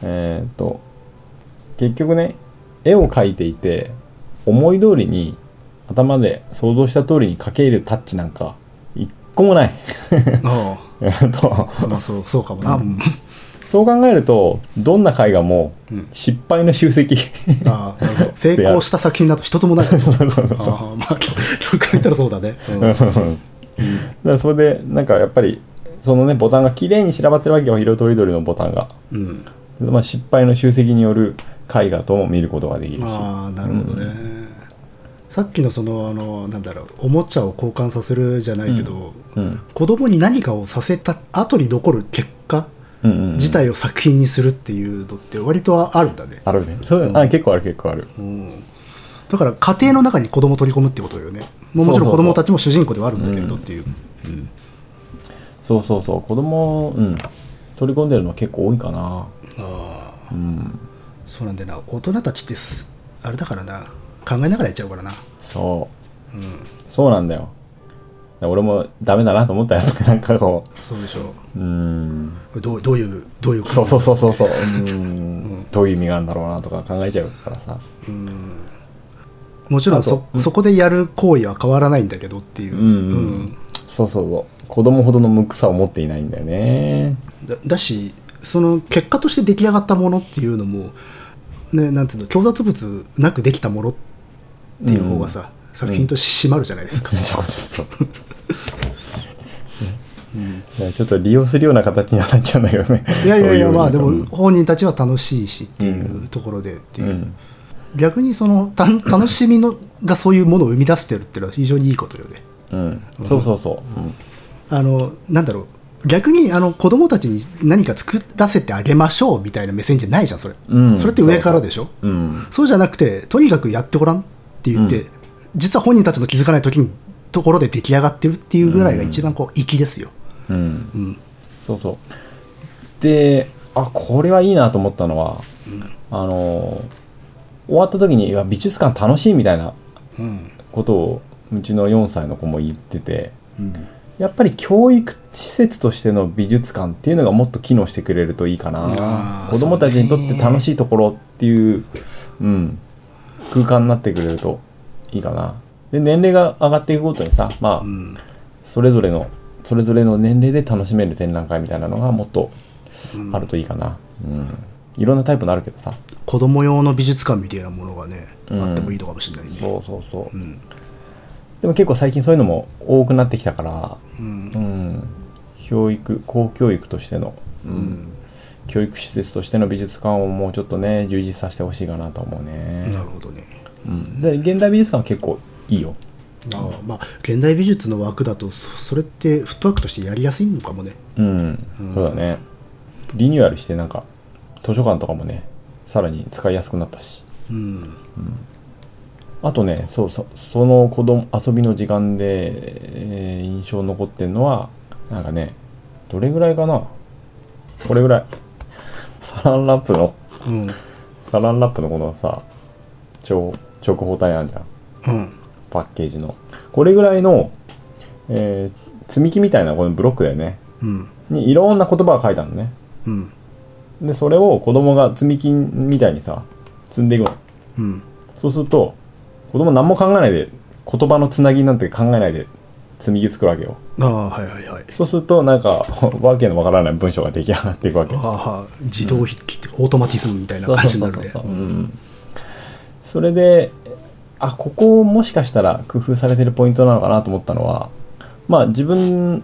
[SPEAKER 1] えーっと結局ね絵を描いていて思い通りに頭で想像した通りに描けるタッチなんか一個もない
[SPEAKER 2] あ
[SPEAKER 1] えーっと
[SPEAKER 2] あ、まあそう、そうかもな。うん、
[SPEAKER 1] そう考えるとどんな絵画も
[SPEAKER 2] うん
[SPEAKER 1] 失敗の集積
[SPEAKER 2] ああ、なるほど。成功した作品だと一つも ない。そう
[SPEAKER 1] そうそうそう
[SPEAKER 2] ああ、まあ、曲言ったらそうだね。うん
[SPEAKER 1] だから それでなんかやっぱりそのねボタンが綺麗に散らばってるわけよ色とりどりのボタンが、
[SPEAKER 2] うん、
[SPEAKER 1] まあ、失敗の集積による絵画とも見ることができるし
[SPEAKER 2] ああ、なるほどね。さっきのそのあのなんだろうおもちゃを交換させるじゃないけど、
[SPEAKER 1] うん
[SPEAKER 2] 子供に何かをさせた後に残る結果
[SPEAKER 1] うんうんうん
[SPEAKER 2] 自体を作品にするっていうのって割とあるんだね、
[SPEAKER 1] あるねそういうあ結構ある結構ある
[SPEAKER 2] うんだから家庭の中に子供を取り込むってことよねもうもちろ
[SPEAKER 1] そうそうそう
[SPEAKER 2] ん子供たちも主人公ではあるんだけれどっていう
[SPEAKER 1] そうそうそう子供うん取り込んでるの結構多いかな
[SPEAKER 2] ああ
[SPEAKER 1] うん
[SPEAKER 2] そうなんだよな大人たちってすあれだからな考えながらやっちゃうからな
[SPEAKER 1] そう、そうなんだよ俺もダメだなと思ったよ なんかこ
[SPEAKER 2] そうでしょ
[SPEAKER 1] ううん
[SPEAKER 2] うどうどういうどういうこと
[SPEAKER 1] そうそうそうそうそううんどういう意味があるんだろうなとか考えちゃうからさ
[SPEAKER 2] もちろん
[SPEAKER 1] あ
[SPEAKER 2] そ
[SPEAKER 1] と,、うん
[SPEAKER 2] そこでやる行為は変わらないんだけどっていう、
[SPEAKER 1] うん、うん、そうそうそう子供ほどの無垢さを持っていないんだよね
[SPEAKER 2] だだしその結果として出来上がったものっていうのも、ね、なんていうの強奪物なくできたものっていう方がさ、作品として締まるじゃないですか、
[SPEAKER 1] そうそうそう。いやちょっと利用するような形にはなっちゃうんだけどね。
[SPEAKER 2] いやいやいや
[SPEAKER 1] そうう
[SPEAKER 2] まあで
[SPEAKER 1] う
[SPEAKER 2] も
[SPEAKER 1] ん
[SPEAKER 2] 本人たちは楽しいしっていうところでっていう、
[SPEAKER 1] うん
[SPEAKER 2] 逆にそのた 楽しみのがそういうものを生み出してるっていうのは非常にいいことよね
[SPEAKER 1] うん、そうそうそう。うん
[SPEAKER 2] あのなんだろう逆にあの子供たちに何か作らせてあげましょうみたいな目線じゃないじゃんそれ、
[SPEAKER 1] うん
[SPEAKER 2] それって上からでしょ
[SPEAKER 1] うん、
[SPEAKER 2] そうじゃなくて、とにかくやってごらんって言って、
[SPEAKER 1] うん
[SPEAKER 2] 実は本人たちの気づかない時にところで出来上がってるっていうぐらいが一番こう粋ですよ。
[SPEAKER 1] うん、
[SPEAKER 2] うん、
[SPEAKER 1] そうそう。で、あこれはいいなと思ったのは、あの終わった時にいや美術館楽しいみたいな
[SPEAKER 2] うん、
[SPEAKER 1] ことをうちの4歳の子も言ってて。
[SPEAKER 2] うん、
[SPEAKER 1] やっぱり教育施設としての美術館っていうのがもっと機能してくれるといいか
[SPEAKER 2] あ
[SPEAKER 1] な
[SPEAKER 2] ー
[SPEAKER 1] 子供たちにとって楽しいところっていううん、空間になってくれるといいかなで年齢が上がっていくごとにさま
[SPEAKER 2] う
[SPEAKER 1] あ
[SPEAKER 2] ん、
[SPEAKER 1] それぞれのそれぞれの年齢で楽しめる展覧会みたいなのがもっと
[SPEAKER 2] うん
[SPEAKER 1] あるといいかなうんいろんなタイプのあるけどさ
[SPEAKER 2] 子供用の美術館みたいなものがね、
[SPEAKER 1] うん
[SPEAKER 2] あってもいいのかもしれないね。、
[SPEAKER 1] そうそうそううんでも結構最近そういうのも多くなってきたから
[SPEAKER 2] うん、
[SPEAKER 1] うん教育公教育としての
[SPEAKER 2] うん、
[SPEAKER 1] 教育施設としての美術館をもうちょっとね充実させてほしいかなと思うね
[SPEAKER 2] なる、ほどね。
[SPEAKER 1] うん、で現代美術館は結構いいよ
[SPEAKER 2] ああまあ現代美術の枠だとそそれってフットワークとしてやりやすいのかもね。
[SPEAKER 1] うん、
[SPEAKER 2] うん
[SPEAKER 1] そうだねリニューアルしてなんか図書館とかもねさらに使いやすくなったし
[SPEAKER 2] うん、
[SPEAKER 1] あとねそうそその子供遊びの時間で、えー印象に残ってるのはなんかねどれぐらいかなこれぐらいサランラップの
[SPEAKER 2] うん、うん、
[SPEAKER 1] サランラップのこのさ長直方体あんじゃんパッケージのこれぐらいの、えー積み木みたいなこのブロックだよね
[SPEAKER 2] うん、
[SPEAKER 1] にいろんな言葉が書いてあるのね
[SPEAKER 2] うん、
[SPEAKER 1] でそれを子供が積み木みたいにさ積んでいくの
[SPEAKER 2] うん、
[SPEAKER 1] そうすると子供何も考えないで言葉のつなぎなんて考えないで積み木作るわけよ
[SPEAKER 2] ああはいはいはい。
[SPEAKER 1] そうするとなんか わけのわからない文章が出来上がっていくわけ
[SPEAKER 2] ああ自動筆記ってオートマティズムみたいな感じになるね
[SPEAKER 1] そうそうそうそううんそれであここもしかしたら工夫されてるポイントなのかなと思ったのはまあ自分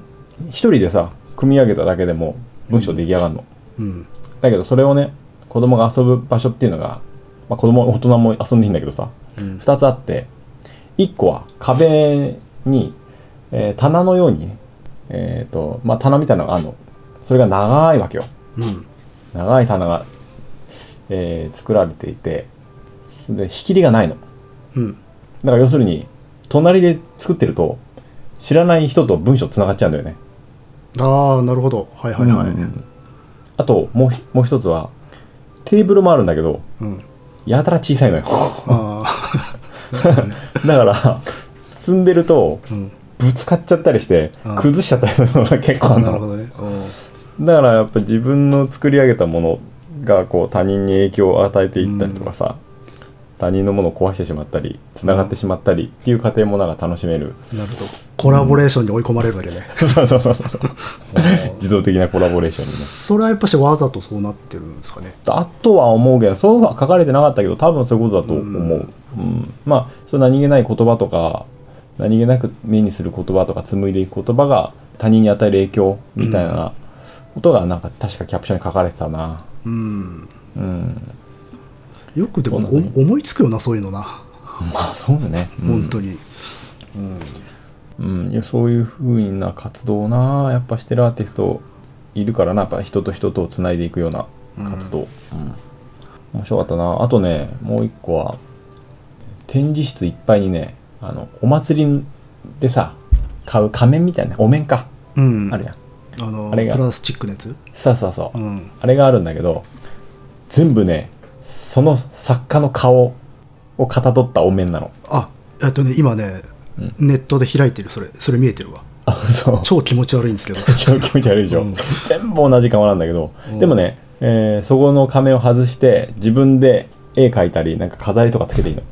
[SPEAKER 1] 一人でさ組み上げただけでも文章出来上がるの、
[SPEAKER 2] うん
[SPEAKER 1] だけどそれをね子供が遊ぶ場所っていうのが、まあ、子供大人も遊んでいいんだけどさ
[SPEAKER 2] うん
[SPEAKER 1] 2つあって1個は壁に、えー棚のようにねえっ、とまあ棚みたいなのがあるのそれが長いわけよ、
[SPEAKER 2] うん
[SPEAKER 1] 長い棚が、えー作られていてで仕切りがないのだ
[SPEAKER 2] うん
[SPEAKER 1] から要するに隣で作ってると知らない人と文章つながっちゃうんだよね
[SPEAKER 2] ああなるほどはいはいはい
[SPEAKER 1] うんあともうひもう一つはテーブルもあるんだけど
[SPEAKER 2] うん
[SPEAKER 1] やたら小さ いのよ
[SPEAKER 2] ああ
[SPEAKER 1] だから積んでると
[SPEAKER 2] うん
[SPEAKER 1] ぶつかっちゃったりして
[SPEAKER 2] あー
[SPEAKER 1] 崩しちゃったりするのが結構ある
[SPEAKER 2] な
[SPEAKER 1] の
[SPEAKER 2] るほどね
[SPEAKER 1] だからやっぱ自分の作り上げたものがこう他人に影響を与えていったりとかさ、他人のものを壊してしまったりつながってしまったりっていう過程もなんか楽しめ る、
[SPEAKER 2] なるほどコラボレーションに追い込まれるわけね
[SPEAKER 1] そうそうそうそう自動的なコラボレーションにね
[SPEAKER 2] それはやっぱしわざとそうなってるんですかね
[SPEAKER 1] あとは思うけどそういうふうは書かれてなかったけど多分そういうことだと思う、うんまあそれ何気ない言葉とか何気なく目にする言葉とか紡いでいく言葉が他人に与える影響みたいなことがなんか確かキャプションに書かれてたな
[SPEAKER 2] うん
[SPEAKER 1] うん
[SPEAKER 2] よくでも
[SPEAKER 1] そうなんだね
[SPEAKER 2] お思いつくよなそういうのな
[SPEAKER 1] まあそうだね、うん、
[SPEAKER 2] 本当に、うん
[SPEAKER 1] うん、いやそういうふうな活動をなやっぱしてるアーティストいるからなやっぱ人と人とをつないでいくような活動、うん面白かったなあとねもう一個は展示室いっぱいにねあのお祭りでさ買う仮面みたいなお面か、
[SPEAKER 2] うん、
[SPEAKER 1] あるやん
[SPEAKER 2] あの
[SPEAKER 1] あれが
[SPEAKER 2] プラスチックのやつ、
[SPEAKER 1] そうそうそう、
[SPEAKER 2] うん、
[SPEAKER 1] あれがあるんだけど全部ねその作家の顔をかたどったお面なの
[SPEAKER 2] あえっとね今ね、ネットで開いてるそれそれ見えてるわ
[SPEAKER 1] あそう
[SPEAKER 2] 超気持ち悪いんですけど
[SPEAKER 1] 超気持ち悪いでしょ、
[SPEAKER 2] うん
[SPEAKER 1] 全部同じ顔なんだけど、
[SPEAKER 2] うん
[SPEAKER 1] でもね、えーそこの仮面を外して自分で絵描いたりなんか飾りとかつけていいの、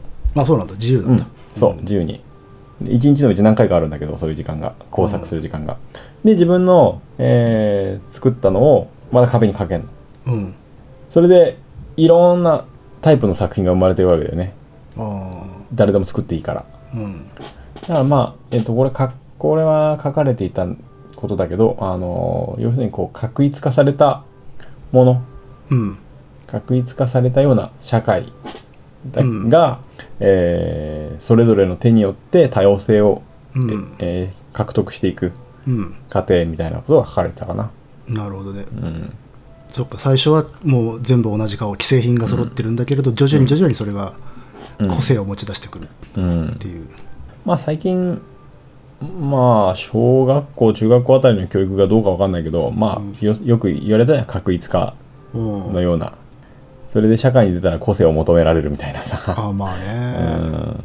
[SPEAKER 2] あそうなんだ自由な
[SPEAKER 1] うんん
[SPEAKER 2] だ、、
[SPEAKER 1] そう自由に一日のうち何回かあるんだけどそういう時間が工作する時間が、で自分の、えー作ったのをまだ壁にかけるの
[SPEAKER 2] うん
[SPEAKER 1] それでいろんなタイプの作品が生まれてるわけだよね
[SPEAKER 2] あ
[SPEAKER 1] 誰でも作っていいから
[SPEAKER 2] あうん
[SPEAKER 1] だからまあ、えっとこれかこれは書かれていたことだけど、あの要するにこう確一化されたもの
[SPEAKER 2] うん
[SPEAKER 1] 確一化されたような社会だ
[SPEAKER 2] うん
[SPEAKER 1] が、えーそれぞれの手によって多様性を、
[SPEAKER 2] うん
[SPEAKER 1] えー獲得していく
[SPEAKER 2] うん
[SPEAKER 1] 過程みたいなことが書かれてたかな。
[SPEAKER 2] なるほどね
[SPEAKER 1] うん、
[SPEAKER 2] そっか最初はもう全部同じ顔既製品が揃ってるんだけれど、徐々に徐々にそれが
[SPEAKER 1] うん
[SPEAKER 2] 個性を持ち出してくる
[SPEAKER 1] うん
[SPEAKER 2] っ、ていう、
[SPEAKER 1] まあ最近まあ小学校中学校あたりの教育がどうかわかんないけどまあよよく言われたよ確一化
[SPEAKER 2] うん
[SPEAKER 1] のようなそれで社会に出たら個性を求められるみたいなさ
[SPEAKER 2] ああまあね、
[SPEAKER 1] うん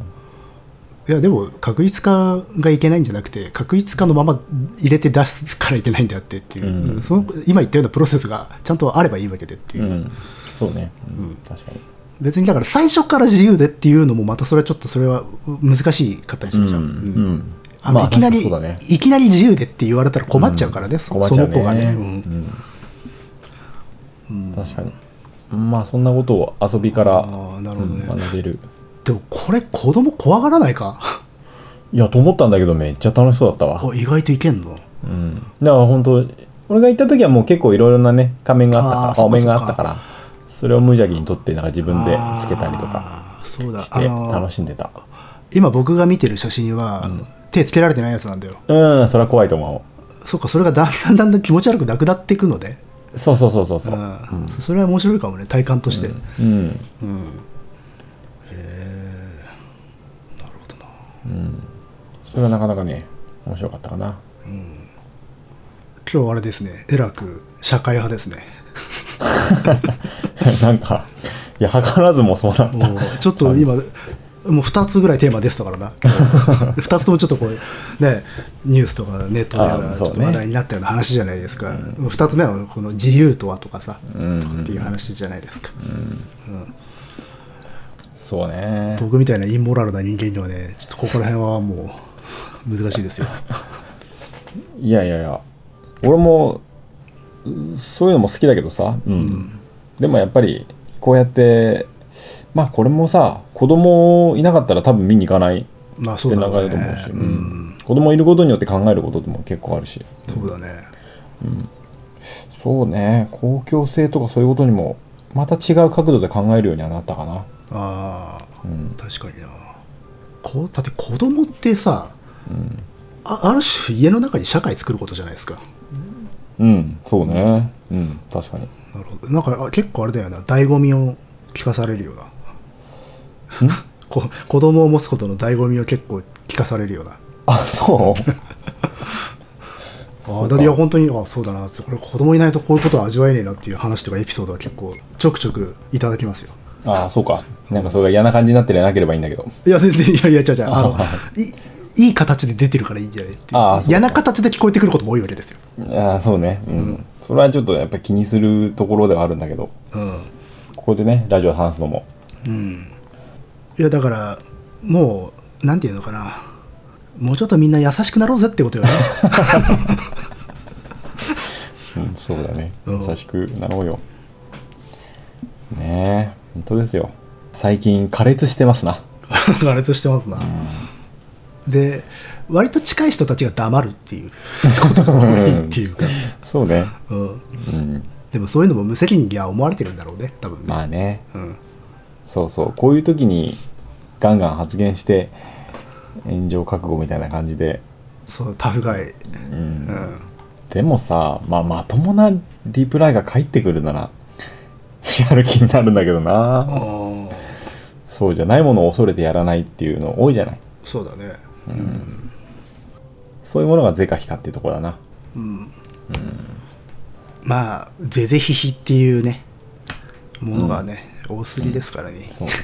[SPEAKER 2] いやでも確率化がいけないんじゃなくて確率化のまま入れて出すからいけないんだってっていう、
[SPEAKER 1] うん
[SPEAKER 2] その今言ったようなプロセスがちゃんとあればいいわけでっていう、
[SPEAKER 1] うんそうね、うん、確かに
[SPEAKER 2] 別にだから最初から自由でっていうのもまたそれはちょっとそれは難しかったりするじゃん、
[SPEAKER 1] う
[SPEAKER 2] うん
[SPEAKER 1] ん
[SPEAKER 2] あのいきなり、
[SPEAKER 1] 確かにそうだね
[SPEAKER 2] いきなり自由でって言われたら困っちゃうからね、そ
[SPEAKER 1] 困っちゃう
[SPEAKER 2] その子がね、
[SPEAKER 1] ね
[SPEAKER 2] うん
[SPEAKER 1] うん確かにまあそんなことを遊びから
[SPEAKER 2] あーなるほどね
[SPEAKER 1] うん学べる
[SPEAKER 2] でもこれ子供怖がらないか
[SPEAKER 1] いやと思ったんだけどめっちゃ楽しそうだったわ
[SPEAKER 2] あ意外といけんの
[SPEAKER 1] うんだから本当俺が行った時はもう結構いろいろなね仮面があ
[SPEAKER 2] あ
[SPEAKER 1] った
[SPEAKER 2] ー
[SPEAKER 1] から
[SPEAKER 2] そっ
[SPEAKER 1] お
[SPEAKER 2] かそっ
[SPEAKER 1] 面
[SPEAKER 2] か
[SPEAKER 1] があったからそれを無邪気に取ってなんか自分でつけたりとか
[SPEAKER 2] あーそうだ
[SPEAKER 1] し
[SPEAKER 2] あ
[SPEAKER 1] て
[SPEAKER 2] のー
[SPEAKER 1] 楽しんでた
[SPEAKER 2] 今僕が見てる写真は、手つけられてないやつなんだよ
[SPEAKER 1] うんそれは怖いと思
[SPEAKER 2] そうかそれがだんだんだんだん気持ち悪くなくなっていくので、
[SPEAKER 1] うそうそうそうそうそううん
[SPEAKER 2] それは面白いかもね体感として、
[SPEAKER 1] うんそれはなかなかね面白かったかな
[SPEAKER 2] 今日あれですねえらく社会派ですね
[SPEAKER 1] なんかいや図らずもそうなった
[SPEAKER 2] もう ちょっと今もう2つぐらいテーマでしたから な2つともちょっとこうねニュースとかネットでや
[SPEAKER 1] あ
[SPEAKER 2] らち
[SPEAKER 1] そうね
[SPEAKER 2] ょっと話題になったような話じゃないですか、2つ目はこの自由とはとかさ、
[SPEAKER 1] うん
[SPEAKER 2] とかっていう話じゃないですか、
[SPEAKER 1] そうね
[SPEAKER 2] 僕みたいなインモラルな人間にはねちょっとここら辺はもう難しいですよ
[SPEAKER 1] いやいやいや俺もうんそういうのも好きだけどさ、うんでもやっぱりこうやってまあこれもさ子供いなかったら多分見に行かないっ
[SPEAKER 2] まあそ
[SPEAKER 1] て
[SPEAKER 2] う
[SPEAKER 1] 流
[SPEAKER 2] だろ
[SPEAKER 1] れ
[SPEAKER 2] う
[SPEAKER 1] ると思う
[SPEAKER 2] ね
[SPEAKER 1] し、うん子供いることによって考えることでも結構あるし
[SPEAKER 2] そうだね
[SPEAKER 1] そうね公共性とかそういうことにもまた違う角度で考えるようにはなったかな
[SPEAKER 2] ああ
[SPEAKER 1] うん
[SPEAKER 2] 確かになこだって子供ってさ、あある種家の中に社会作ることじゃないですか
[SPEAKER 1] うんそうねうん確かに
[SPEAKER 2] なるほどなんかあ結構あれだよな醍醐味を聞かされるような こ子供を持つことの醍醐味を結構聞かされるような
[SPEAKER 1] あそう
[SPEAKER 2] あだっていや本当にあそうだなこれ子供いないとこういうことは味わえねえなっていう話とかエピソードは結構ちょくちょくいただきますよ
[SPEAKER 1] ああそうかなんかそれが嫌な感じになってりゃなければいいんだけど
[SPEAKER 2] いや、全然、いやいや、違う違う、あの、いいい形で出てるからいいんじゃないってい
[SPEAKER 1] ああそう
[SPEAKER 2] う。
[SPEAKER 1] か
[SPEAKER 2] 嫌な形で聞こえてくることも多いわけですよ。
[SPEAKER 1] ああそうねうん、それはちょっとやっぱ気にするところではあるんだけど
[SPEAKER 2] うん。
[SPEAKER 1] ここでねラジオで話すのも
[SPEAKER 2] いや、だから、もう、なんていうのかな。もうちょっとみんな優しくなろうぜってことよね。
[SPEAKER 1] うんそうだね
[SPEAKER 2] うん
[SPEAKER 1] 優しくなろうよねえ本当ですよ最近苛烈してますな
[SPEAKER 2] 羅列してますな。で、割と近い人たちが黙るっていうことが多いっていうか。
[SPEAKER 1] そうね
[SPEAKER 2] うん。
[SPEAKER 1] うん
[SPEAKER 2] でもそういうのも無責任には思われてるんだろうね、多分ね。
[SPEAKER 1] まあね
[SPEAKER 2] うん。
[SPEAKER 1] そうそうこういう時にガンガン発言して炎上覚悟みたいな感じで、
[SPEAKER 2] そうタフガイ、
[SPEAKER 1] う
[SPEAKER 2] うん
[SPEAKER 1] ん、
[SPEAKER 2] う
[SPEAKER 1] でもさ、まあ、まともなリプライが返ってくるならやる気になるんだけどな、
[SPEAKER 2] ん、
[SPEAKER 1] そうじゃないものを恐れてやらないっていうの多いじゃない
[SPEAKER 2] そうだね
[SPEAKER 1] そういうものが是か非かっていうとこだな
[SPEAKER 2] まあぜぜひひっていうねものがね、多すぎですからね、
[SPEAKER 1] そうね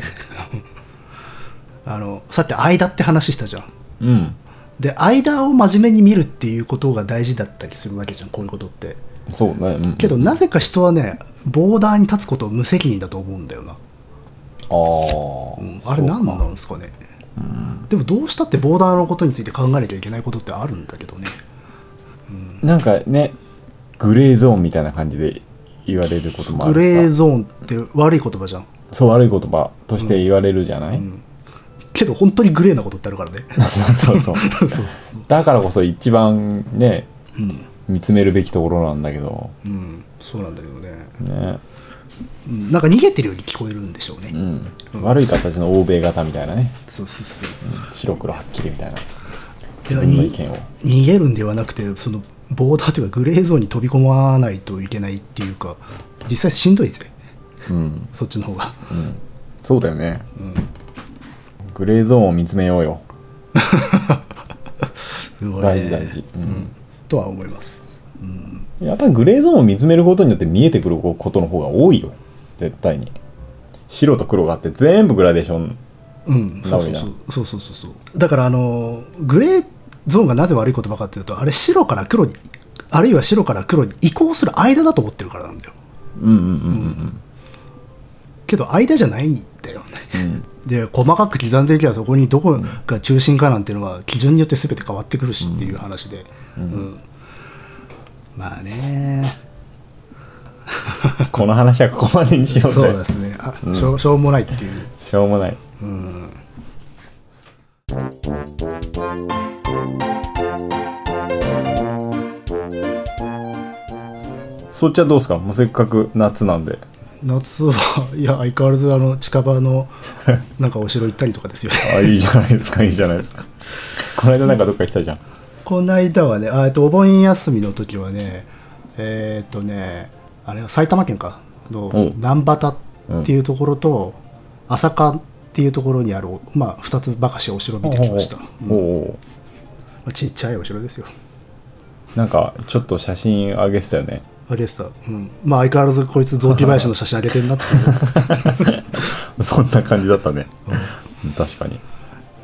[SPEAKER 2] あのさて間って話したじゃん
[SPEAKER 1] うん
[SPEAKER 2] で間を真面目に見るっていうことが大事だったりするわけじゃんこういうことって
[SPEAKER 1] そうね、うん、
[SPEAKER 2] けどなぜか人はねボーダーに立つことを無責任だと思うんだよな、
[SPEAKER 1] あー、
[SPEAKER 2] うんあれ何なんですかねでもどうしたってボーダーのことについて考えなきゃいけないことってあるんだけどね
[SPEAKER 1] なんかねグレーゾーンみたいな感じで言われることもあ
[SPEAKER 2] グ
[SPEAKER 1] るしさ
[SPEAKER 2] レーゾーンって悪い言葉じゃん
[SPEAKER 1] そう悪い言葉として言われるじゃない、
[SPEAKER 2] けど本当にグレーなことってあるからね
[SPEAKER 1] そうそうそう
[SPEAKER 2] そうそうそう
[SPEAKER 1] だからこそ一番ね
[SPEAKER 2] うん、
[SPEAKER 1] 見つめるべきところなんだけど
[SPEAKER 2] うん、そうなんだけどね、
[SPEAKER 1] ね、
[SPEAKER 2] うん、なんか逃げてるように聞こえるんでしょうね、
[SPEAKER 1] うん、悪い形の欧米型みたいなね
[SPEAKER 2] そうそうそう
[SPEAKER 1] 白黒はっきりみたいな
[SPEAKER 2] で
[SPEAKER 1] 自
[SPEAKER 2] は
[SPEAKER 1] 分の
[SPEAKER 2] に
[SPEAKER 1] 意見を
[SPEAKER 2] 逃げるんではなくてそのボーダーというかグレーゾーンに飛び込まないといけないっていうか実際しんどいぜ
[SPEAKER 1] うん
[SPEAKER 2] そっちの方が
[SPEAKER 1] うんそうだよね、グレーゾーンを見つめようよ大事大事、うん
[SPEAKER 2] とは思います
[SPEAKER 1] やっぱりグレーゾーンを見つめることによって見えてくることの方が多いよ絶対に白と黒があって全部グラデーション
[SPEAKER 2] うん
[SPEAKER 1] な
[SPEAKER 2] そ
[SPEAKER 1] わけ
[SPEAKER 2] うそう
[SPEAKER 1] じゃん
[SPEAKER 2] そうそうそうそうそうだからあのグレーゾーンがなぜ悪い言葉かっていうとあれ白から黒にあるいは白から黒に移行する間だと思ってるからなんだよ
[SPEAKER 1] うんうんうん
[SPEAKER 2] けど間じゃないんだよね
[SPEAKER 1] うんうん
[SPEAKER 2] で細かく刻んでいけばそこにどこが中心かなんていうのは基準によって全て変わってくるしっていう話で、うんまあね
[SPEAKER 1] この話はここまでにしよう
[SPEAKER 2] そうで
[SPEAKER 1] ぜ
[SPEAKER 2] すねあ、しょうしょうもないっていう
[SPEAKER 1] しょうもないそっちはどうですかもうせっかく夏なんで
[SPEAKER 2] 夏はいや相変わらずあの近 場のなんかお城行ったりとかですよね
[SPEAKER 1] あいいじゃないですかいいじゃないですかこの間なんかどっか行ってたじゃん
[SPEAKER 2] この間はねあえっとお盆休みの時はねえーっとねあれは埼玉県かの
[SPEAKER 1] うん
[SPEAKER 2] 南畑っていうところと朝霞っていうところにある、まあ、2つばかしお城見てきました、
[SPEAKER 1] おうおうおう
[SPEAKER 2] うんちっちゃいお城ですよ
[SPEAKER 1] なんかちょっと写真上げてたよね
[SPEAKER 2] あげてた、うん、まあ相変わらずこいつ雑木林の写真あげてんなっていう
[SPEAKER 1] そんな感じだったね、確かに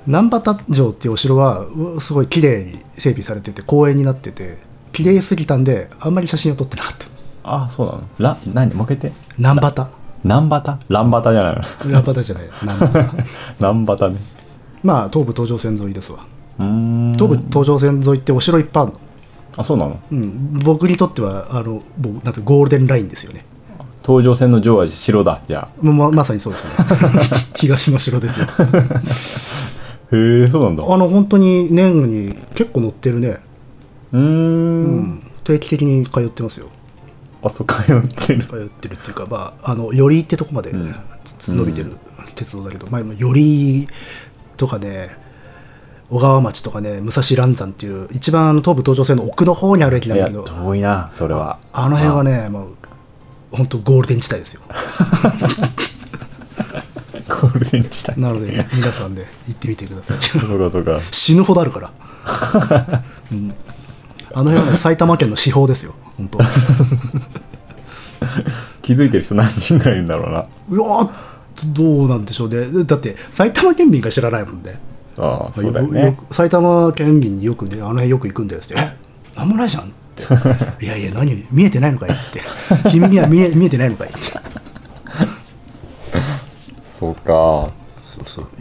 [SPEAKER 2] 南畑城っていうお城はうすごい綺麗に整備されてて公園になってて綺麗すぎたんであんまり写真を撮ってなかった
[SPEAKER 1] あそうなのら何もう一回言って
[SPEAKER 2] 南畑
[SPEAKER 1] 南畑乱畑じゃないの
[SPEAKER 2] 南畑じゃない南畑
[SPEAKER 1] 南畑ね
[SPEAKER 2] まあ東武東上線沿いですわ
[SPEAKER 1] うーん
[SPEAKER 2] 東武東上線沿いってお城いっぱいあるの、
[SPEAKER 1] あそうなの
[SPEAKER 2] うん、僕にとってはあのもうなんてゴールデンラインですよね
[SPEAKER 1] 東上線の上は城だじゃあ
[SPEAKER 2] まままさにそうですね東の城ですよ
[SPEAKER 1] へえそうなんだう
[SPEAKER 2] あの本当に年に結構乗ってるね、
[SPEAKER 1] ーん
[SPEAKER 2] うん、定期的に通ってますよ
[SPEAKER 1] あそう通ってる
[SPEAKER 2] 通ってるっていうかまああの寄りってとこまで
[SPEAKER 1] ん
[SPEAKER 2] つつ伸びてる鉄道だけど、まあ今寄りとかね小川町とかね武蔵嵐山っていう一番あの東武東上線の奥の方にある駅
[SPEAKER 1] い
[SPEAKER 2] なんだ
[SPEAKER 1] や
[SPEAKER 2] けど
[SPEAKER 1] 遠いなそれは
[SPEAKER 2] あの辺はねもう本当ゴールデン地帯ですよ
[SPEAKER 1] ゴールデン地帯
[SPEAKER 2] なので、皆さんで、行ってみてください
[SPEAKER 1] そうかそうか
[SPEAKER 2] 死ぬほどあるから、うんあの辺はね埼玉県の四方ですよ本当
[SPEAKER 1] 気づいてる人何人ぐらいいるんだろうな
[SPEAKER 2] うわーどうなんでしょうねだって埼玉県民が知らないもんね
[SPEAKER 1] ああそうだよ
[SPEAKER 2] よ
[SPEAKER 1] ね
[SPEAKER 2] く埼玉県民によくね、あの辺よく行くんだよって、えなんもないじゃんって、いやいや、何、見えてないのかいって、 君には見え見えてないのかいって、
[SPEAKER 1] そうか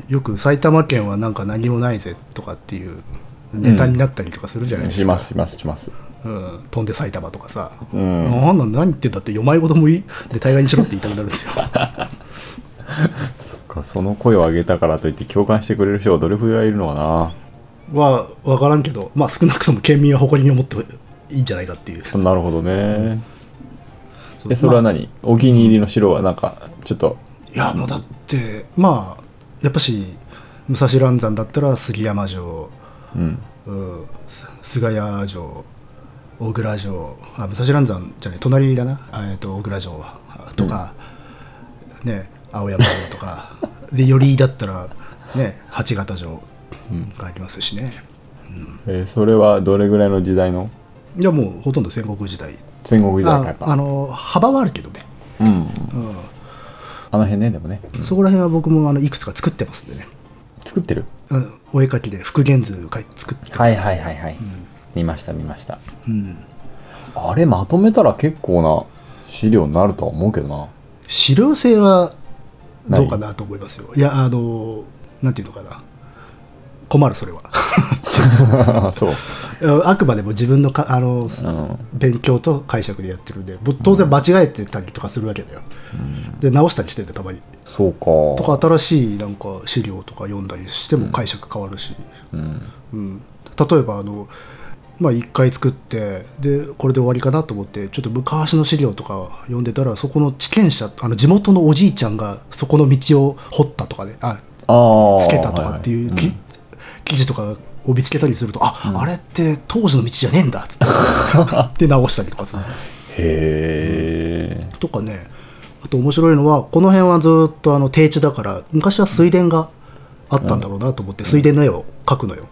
[SPEAKER 2] よく埼玉県はなんか何もないぜとかっていうネタになったりとかするじゃないで
[SPEAKER 1] し
[SPEAKER 2] すか、
[SPEAKER 1] ますしますします
[SPEAKER 2] うん飛んで埼玉とかさ、
[SPEAKER 1] ん
[SPEAKER 2] なんなん、何言ってんだって、よまいごともいい、で、対外にしろって言いたくなるん ですよ。
[SPEAKER 1] そっかその声を上げたからといって共感してくれる人がどれくらいいるのかな
[SPEAKER 2] は分からんけど、まあ、少なくとも県民は誇りに思っていいんじゃないかっていう。
[SPEAKER 1] なるほどね。
[SPEAKER 2] そ
[SPEAKER 1] え、それは何、お気に入りの城は、なんか、ちょっと、
[SPEAKER 2] いやもうだってまあやっぱし武蔵蘭山だったら杉山城、
[SPEAKER 1] うん
[SPEAKER 2] うん、す菅谷城小倉城あ武蔵蘭山じゃない隣だなあえっと小倉城はあとか、ね青山城 とかでよりだったらね八方城がありますしね、
[SPEAKER 1] えーそれはどれぐらいの時代の
[SPEAKER 2] いやもうほとんど戦国時代
[SPEAKER 1] 戦国時代かや
[SPEAKER 2] あ
[SPEAKER 1] っぱ
[SPEAKER 2] あの幅はあるけどね、
[SPEAKER 1] うん、
[SPEAKER 2] うん
[SPEAKER 1] あの辺ねでもね
[SPEAKER 2] そこら辺は僕もあのいくつか作ってますんでね、
[SPEAKER 1] 作ってる
[SPEAKER 2] うん、お絵描きで復元図かい作ってます、
[SPEAKER 1] はいはいはいはい、見ました見ました
[SPEAKER 2] うん、
[SPEAKER 1] あれまとめたら結構な資料になるとは思うけどな
[SPEAKER 2] 資料性はどうかなと思いますよいやあのなんていうのかな困るそれ は
[SPEAKER 1] そう、
[SPEAKER 2] あくまでも自分のかあの、
[SPEAKER 1] うん、
[SPEAKER 2] 勉強と解釈でやってるんでぼ当然間違えてたりとかするわけだよ、で直したりしてんだよたまに
[SPEAKER 1] そうか
[SPEAKER 2] とか新しいなんか資料とか読んだりしても解釈変わるし、
[SPEAKER 1] うん
[SPEAKER 2] うん、例えばあの、まあ、1回作ってでこれで終わりかなと思ってちょっと昔の資料とか読んでたらそこの地権者あの地元のおじいちゃんがそこの道を掘ったとかねあ
[SPEAKER 1] ああ
[SPEAKER 2] つけたとかっていう、
[SPEAKER 1] は
[SPEAKER 2] き記事とかを見つけたりするとあ、あれって当時の道じゃねえんだっつって で直したりとかする
[SPEAKER 1] いはいへえ、
[SPEAKER 2] とかねあと面白いのはこの辺はずっとあの低地だから昔は水田があったんだろうなと思って水田の絵を描くのよ。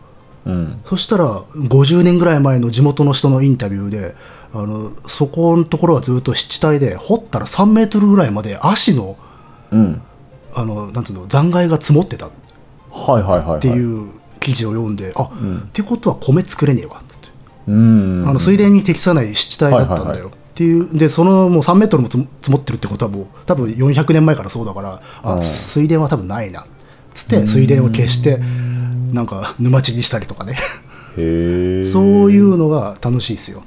[SPEAKER 1] うん、
[SPEAKER 2] そしたら50年ぐらい前の地元の人のインタビューであのそこのところはずっと湿地帯で掘ったら3メートルぐらいまで足の
[SPEAKER 1] うん、
[SPEAKER 2] あのなんつうの残骸が積もってたっ
[SPEAKER 1] はいはいはい、はい、って
[SPEAKER 2] いう記事を読んで、あ、ってことは米作れねえわっつって、
[SPEAKER 1] うん
[SPEAKER 2] あの水田に適さない湿地帯だったんだよ、
[SPEAKER 1] はいはいはい
[SPEAKER 2] っていうでそのもう3メートルも積も積もってるってことはもう多分400年前からそうだからあ、
[SPEAKER 1] うん
[SPEAKER 2] 水田は多分ないなっつって水田を消してなんか沼地にしたりとかね
[SPEAKER 1] へえ
[SPEAKER 2] そういうのが楽しいですよ。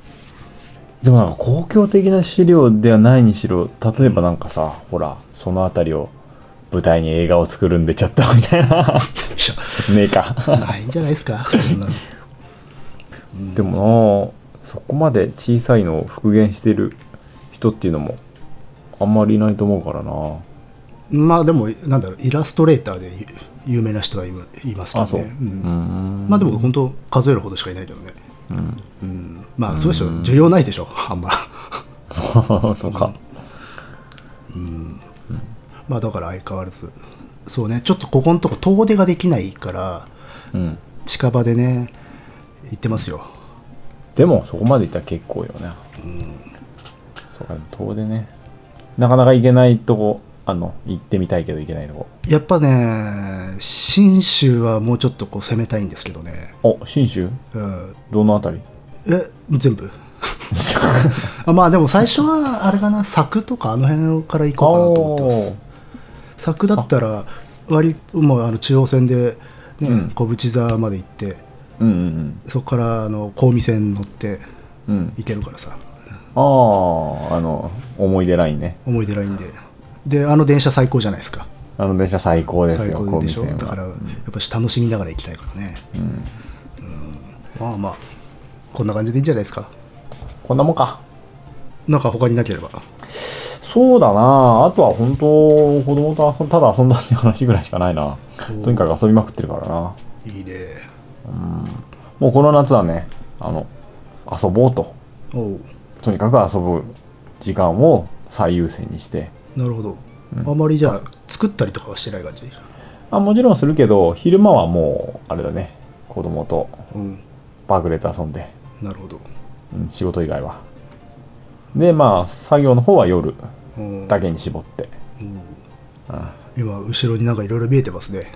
[SPEAKER 1] でもなんか公共的な資料ではないにしろ例えばなんかさほらその辺りを舞台に映画を作るんでちょっとみたい な
[SPEAKER 2] よいしょ
[SPEAKER 1] ねえか
[SPEAKER 2] ないんじゃないですか。そんなの
[SPEAKER 1] でもなあそこまで小さいのを復元してる人っていうのもあんまりいないと思うからな
[SPEAKER 2] まあでも、なんだろう、イラストレーターで有有名な人はいまいますけ
[SPEAKER 1] あ
[SPEAKER 2] ど
[SPEAKER 1] そう
[SPEAKER 2] ね。うん
[SPEAKER 1] ん
[SPEAKER 2] まあでも本当、数えるほどしかいないけどね。
[SPEAKER 1] うん
[SPEAKER 2] うんまあそうでしょ、需要ないでしょ、あんま。
[SPEAKER 1] そうか
[SPEAKER 2] まあだから相変わらず。そうね、ちょっとここのとこ遠出ができないから、
[SPEAKER 1] うん
[SPEAKER 2] 近場でね、行ってますよ。
[SPEAKER 1] でもそこまでいったら結構よねそうか遠出ねなかなか行けないとこあの行ってみたいけど行けないとこ
[SPEAKER 2] やっぱね、信州はもうちょっとこう攻めたいんですけどね。
[SPEAKER 1] お信州
[SPEAKER 2] うん、
[SPEAKER 1] どの 辺り
[SPEAKER 2] え、全部あまあでも最初はあれかな柵とかあの辺から行こうかなと思ってます柵だったら割ともうあの中央線で、ね
[SPEAKER 1] うん
[SPEAKER 2] 小淵沢まで行って
[SPEAKER 1] うんうん
[SPEAKER 2] そこからあの近江線乗って
[SPEAKER 1] うんうん
[SPEAKER 2] 行けるからさ
[SPEAKER 1] あああの思い出ラインね
[SPEAKER 2] 思い出ラインでであの電車最高じゃないですか
[SPEAKER 1] あの電車最高です
[SPEAKER 2] 最
[SPEAKER 1] よ
[SPEAKER 2] 高でしょ
[SPEAKER 1] 近江線は
[SPEAKER 2] だからやっぱし楽しみながら行きたいからね
[SPEAKER 1] うん
[SPEAKER 2] まあまあこんな感じでいいんじゃないですか
[SPEAKER 1] こんなもんか
[SPEAKER 2] なんか他になければ
[SPEAKER 1] そうだなあとは本当子供と遊んただ遊んだって話ぐらいしかないな
[SPEAKER 2] お
[SPEAKER 1] とにかく遊びまくってるからない
[SPEAKER 2] いね
[SPEAKER 1] もうこの夏はねあの遊ぼうと
[SPEAKER 2] おう
[SPEAKER 1] とにかく遊ぶ時間を最優先にして
[SPEAKER 2] なるほど、あまりじゃあ作ったりとかはしてない感じ
[SPEAKER 1] あもちろんするけど昼間はもうあれだね子供と
[SPEAKER 2] うん
[SPEAKER 1] バグレて遊んで、
[SPEAKER 2] なるほど
[SPEAKER 1] うん、仕事以外はでまあ作業の方は夜
[SPEAKER 2] うん
[SPEAKER 1] だけに絞って、
[SPEAKER 2] うん
[SPEAKER 1] うん
[SPEAKER 2] 今後ろになんかいろいろ見えてますね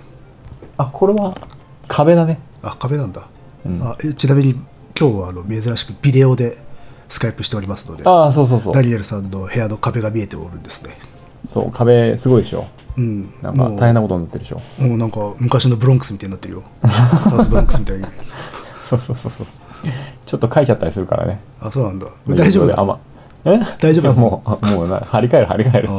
[SPEAKER 1] あこれは壁だね
[SPEAKER 2] あ壁なんだ、
[SPEAKER 1] うん
[SPEAKER 2] あえちなみに今日はあの珍しくビデオでスカイプしておりますので
[SPEAKER 1] ああそうそうそ
[SPEAKER 2] ダ
[SPEAKER 1] う
[SPEAKER 2] ニエルさんの部屋の壁が見えておるんですね
[SPEAKER 1] そう壁すごいでしょ
[SPEAKER 2] うん
[SPEAKER 1] なんか
[SPEAKER 2] もう
[SPEAKER 1] 大変なことになってるでしょ
[SPEAKER 2] もうなんか昔のブロンクスみたいになってるよサウスブロンクスみたい に
[SPEAKER 1] そうそうそうそうちょっと書いちゃったりするからね
[SPEAKER 2] あそうなんだ大丈夫だ
[SPEAKER 1] あ
[SPEAKER 2] あ
[SPEAKER 1] まえ
[SPEAKER 2] 大丈夫だ
[SPEAKER 1] もうあもうな張り替える張り替える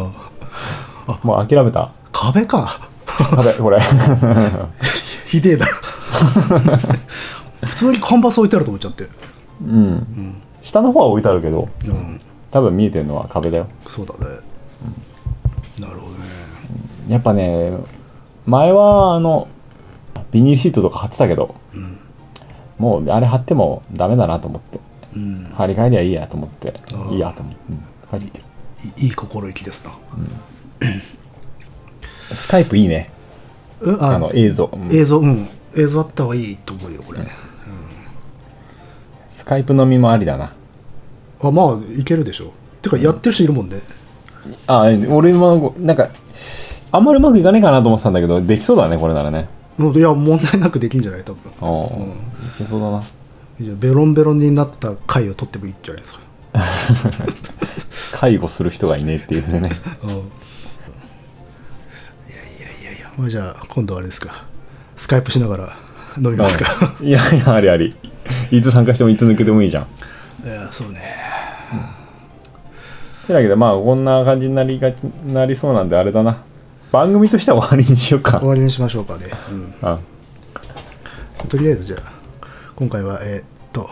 [SPEAKER 2] あ
[SPEAKER 1] もう諦めた
[SPEAKER 2] 壁か
[SPEAKER 1] 壁これ
[SPEAKER 2] ひでえな普通にカンバス置いてあると思っちゃって
[SPEAKER 1] うん、下の方は置いてあるけど
[SPEAKER 2] うん
[SPEAKER 1] 多分見えてるのは壁だよ
[SPEAKER 2] そうだね、なるほどね
[SPEAKER 1] やっぱね前はあのビニールシートとか貼ってたけど
[SPEAKER 2] うん
[SPEAKER 1] もうあれ貼ってもダメだなと思って
[SPEAKER 2] うん
[SPEAKER 1] 貼り替えりゃいいやと思って
[SPEAKER 2] ああ
[SPEAKER 1] いいやと思って、うん、帰ってきてる
[SPEAKER 2] いいい心意気ですな、
[SPEAKER 1] スカイプいいね
[SPEAKER 2] うん、
[SPEAKER 1] あの映像、うん
[SPEAKER 2] 映像うん映像あった方がいいと思うよこれ、
[SPEAKER 1] スカイプ飲みもありだな
[SPEAKER 2] あまあいけるでしょてかやってる人いるもんね、
[SPEAKER 1] あ俺もなんかあんまりうまくいかねえかなと思ってたんだけどできそうだねこれならね
[SPEAKER 2] のでいや問題なくできるんじゃない多分
[SPEAKER 1] おーいけそうだな
[SPEAKER 2] じゃあベロンベロンになった回を取ってもいいんじゃないですか、
[SPEAKER 1] 介護する人がいねえっていうね
[SPEAKER 2] うん、いやいやいやいや、まあ、じゃあ今度あれですかスカイプしながら飲みますか、
[SPEAKER 1] うんいやいやありありいつ参加してもいつ抜けてもいいじゃん
[SPEAKER 2] いやそうね
[SPEAKER 1] てなけどまあこんな感じになりがちなりそうなんであれだな番組としては終わりにしようか
[SPEAKER 2] 終わりにしましょうかね、うん、
[SPEAKER 1] あ
[SPEAKER 2] とりあえずじゃあ今回はえーっと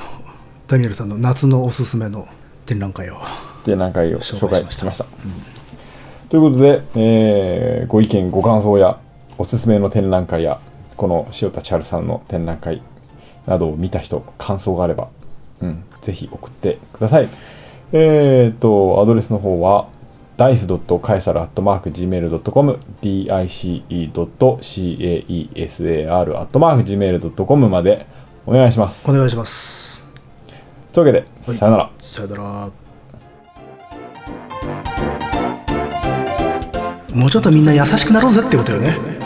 [SPEAKER 2] ダニエルさんの夏のおすすめの展覧会を
[SPEAKER 1] で何回を
[SPEAKER 2] 紹
[SPEAKER 1] 紹
[SPEAKER 2] 介
[SPEAKER 1] 介
[SPEAKER 2] しまし
[SPEAKER 1] しまし
[SPEAKER 2] た
[SPEAKER 1] た、ということで、えーご意見ご感想やおすすめの展覧会やこの塩田千春さんの展覧会などを見た人感想があれば、うん、ぜひ送ってくださいえー、とアドレスの方は dice.caesar.gmail.com dice.caesar.gmail.com までお願いします
[SPEAKER 2] お願いします
[SPEAKER 1] というわけで、さよなら
[SPEAKER 2] さよならもうちょっとみんな優しくなろうぜってことよね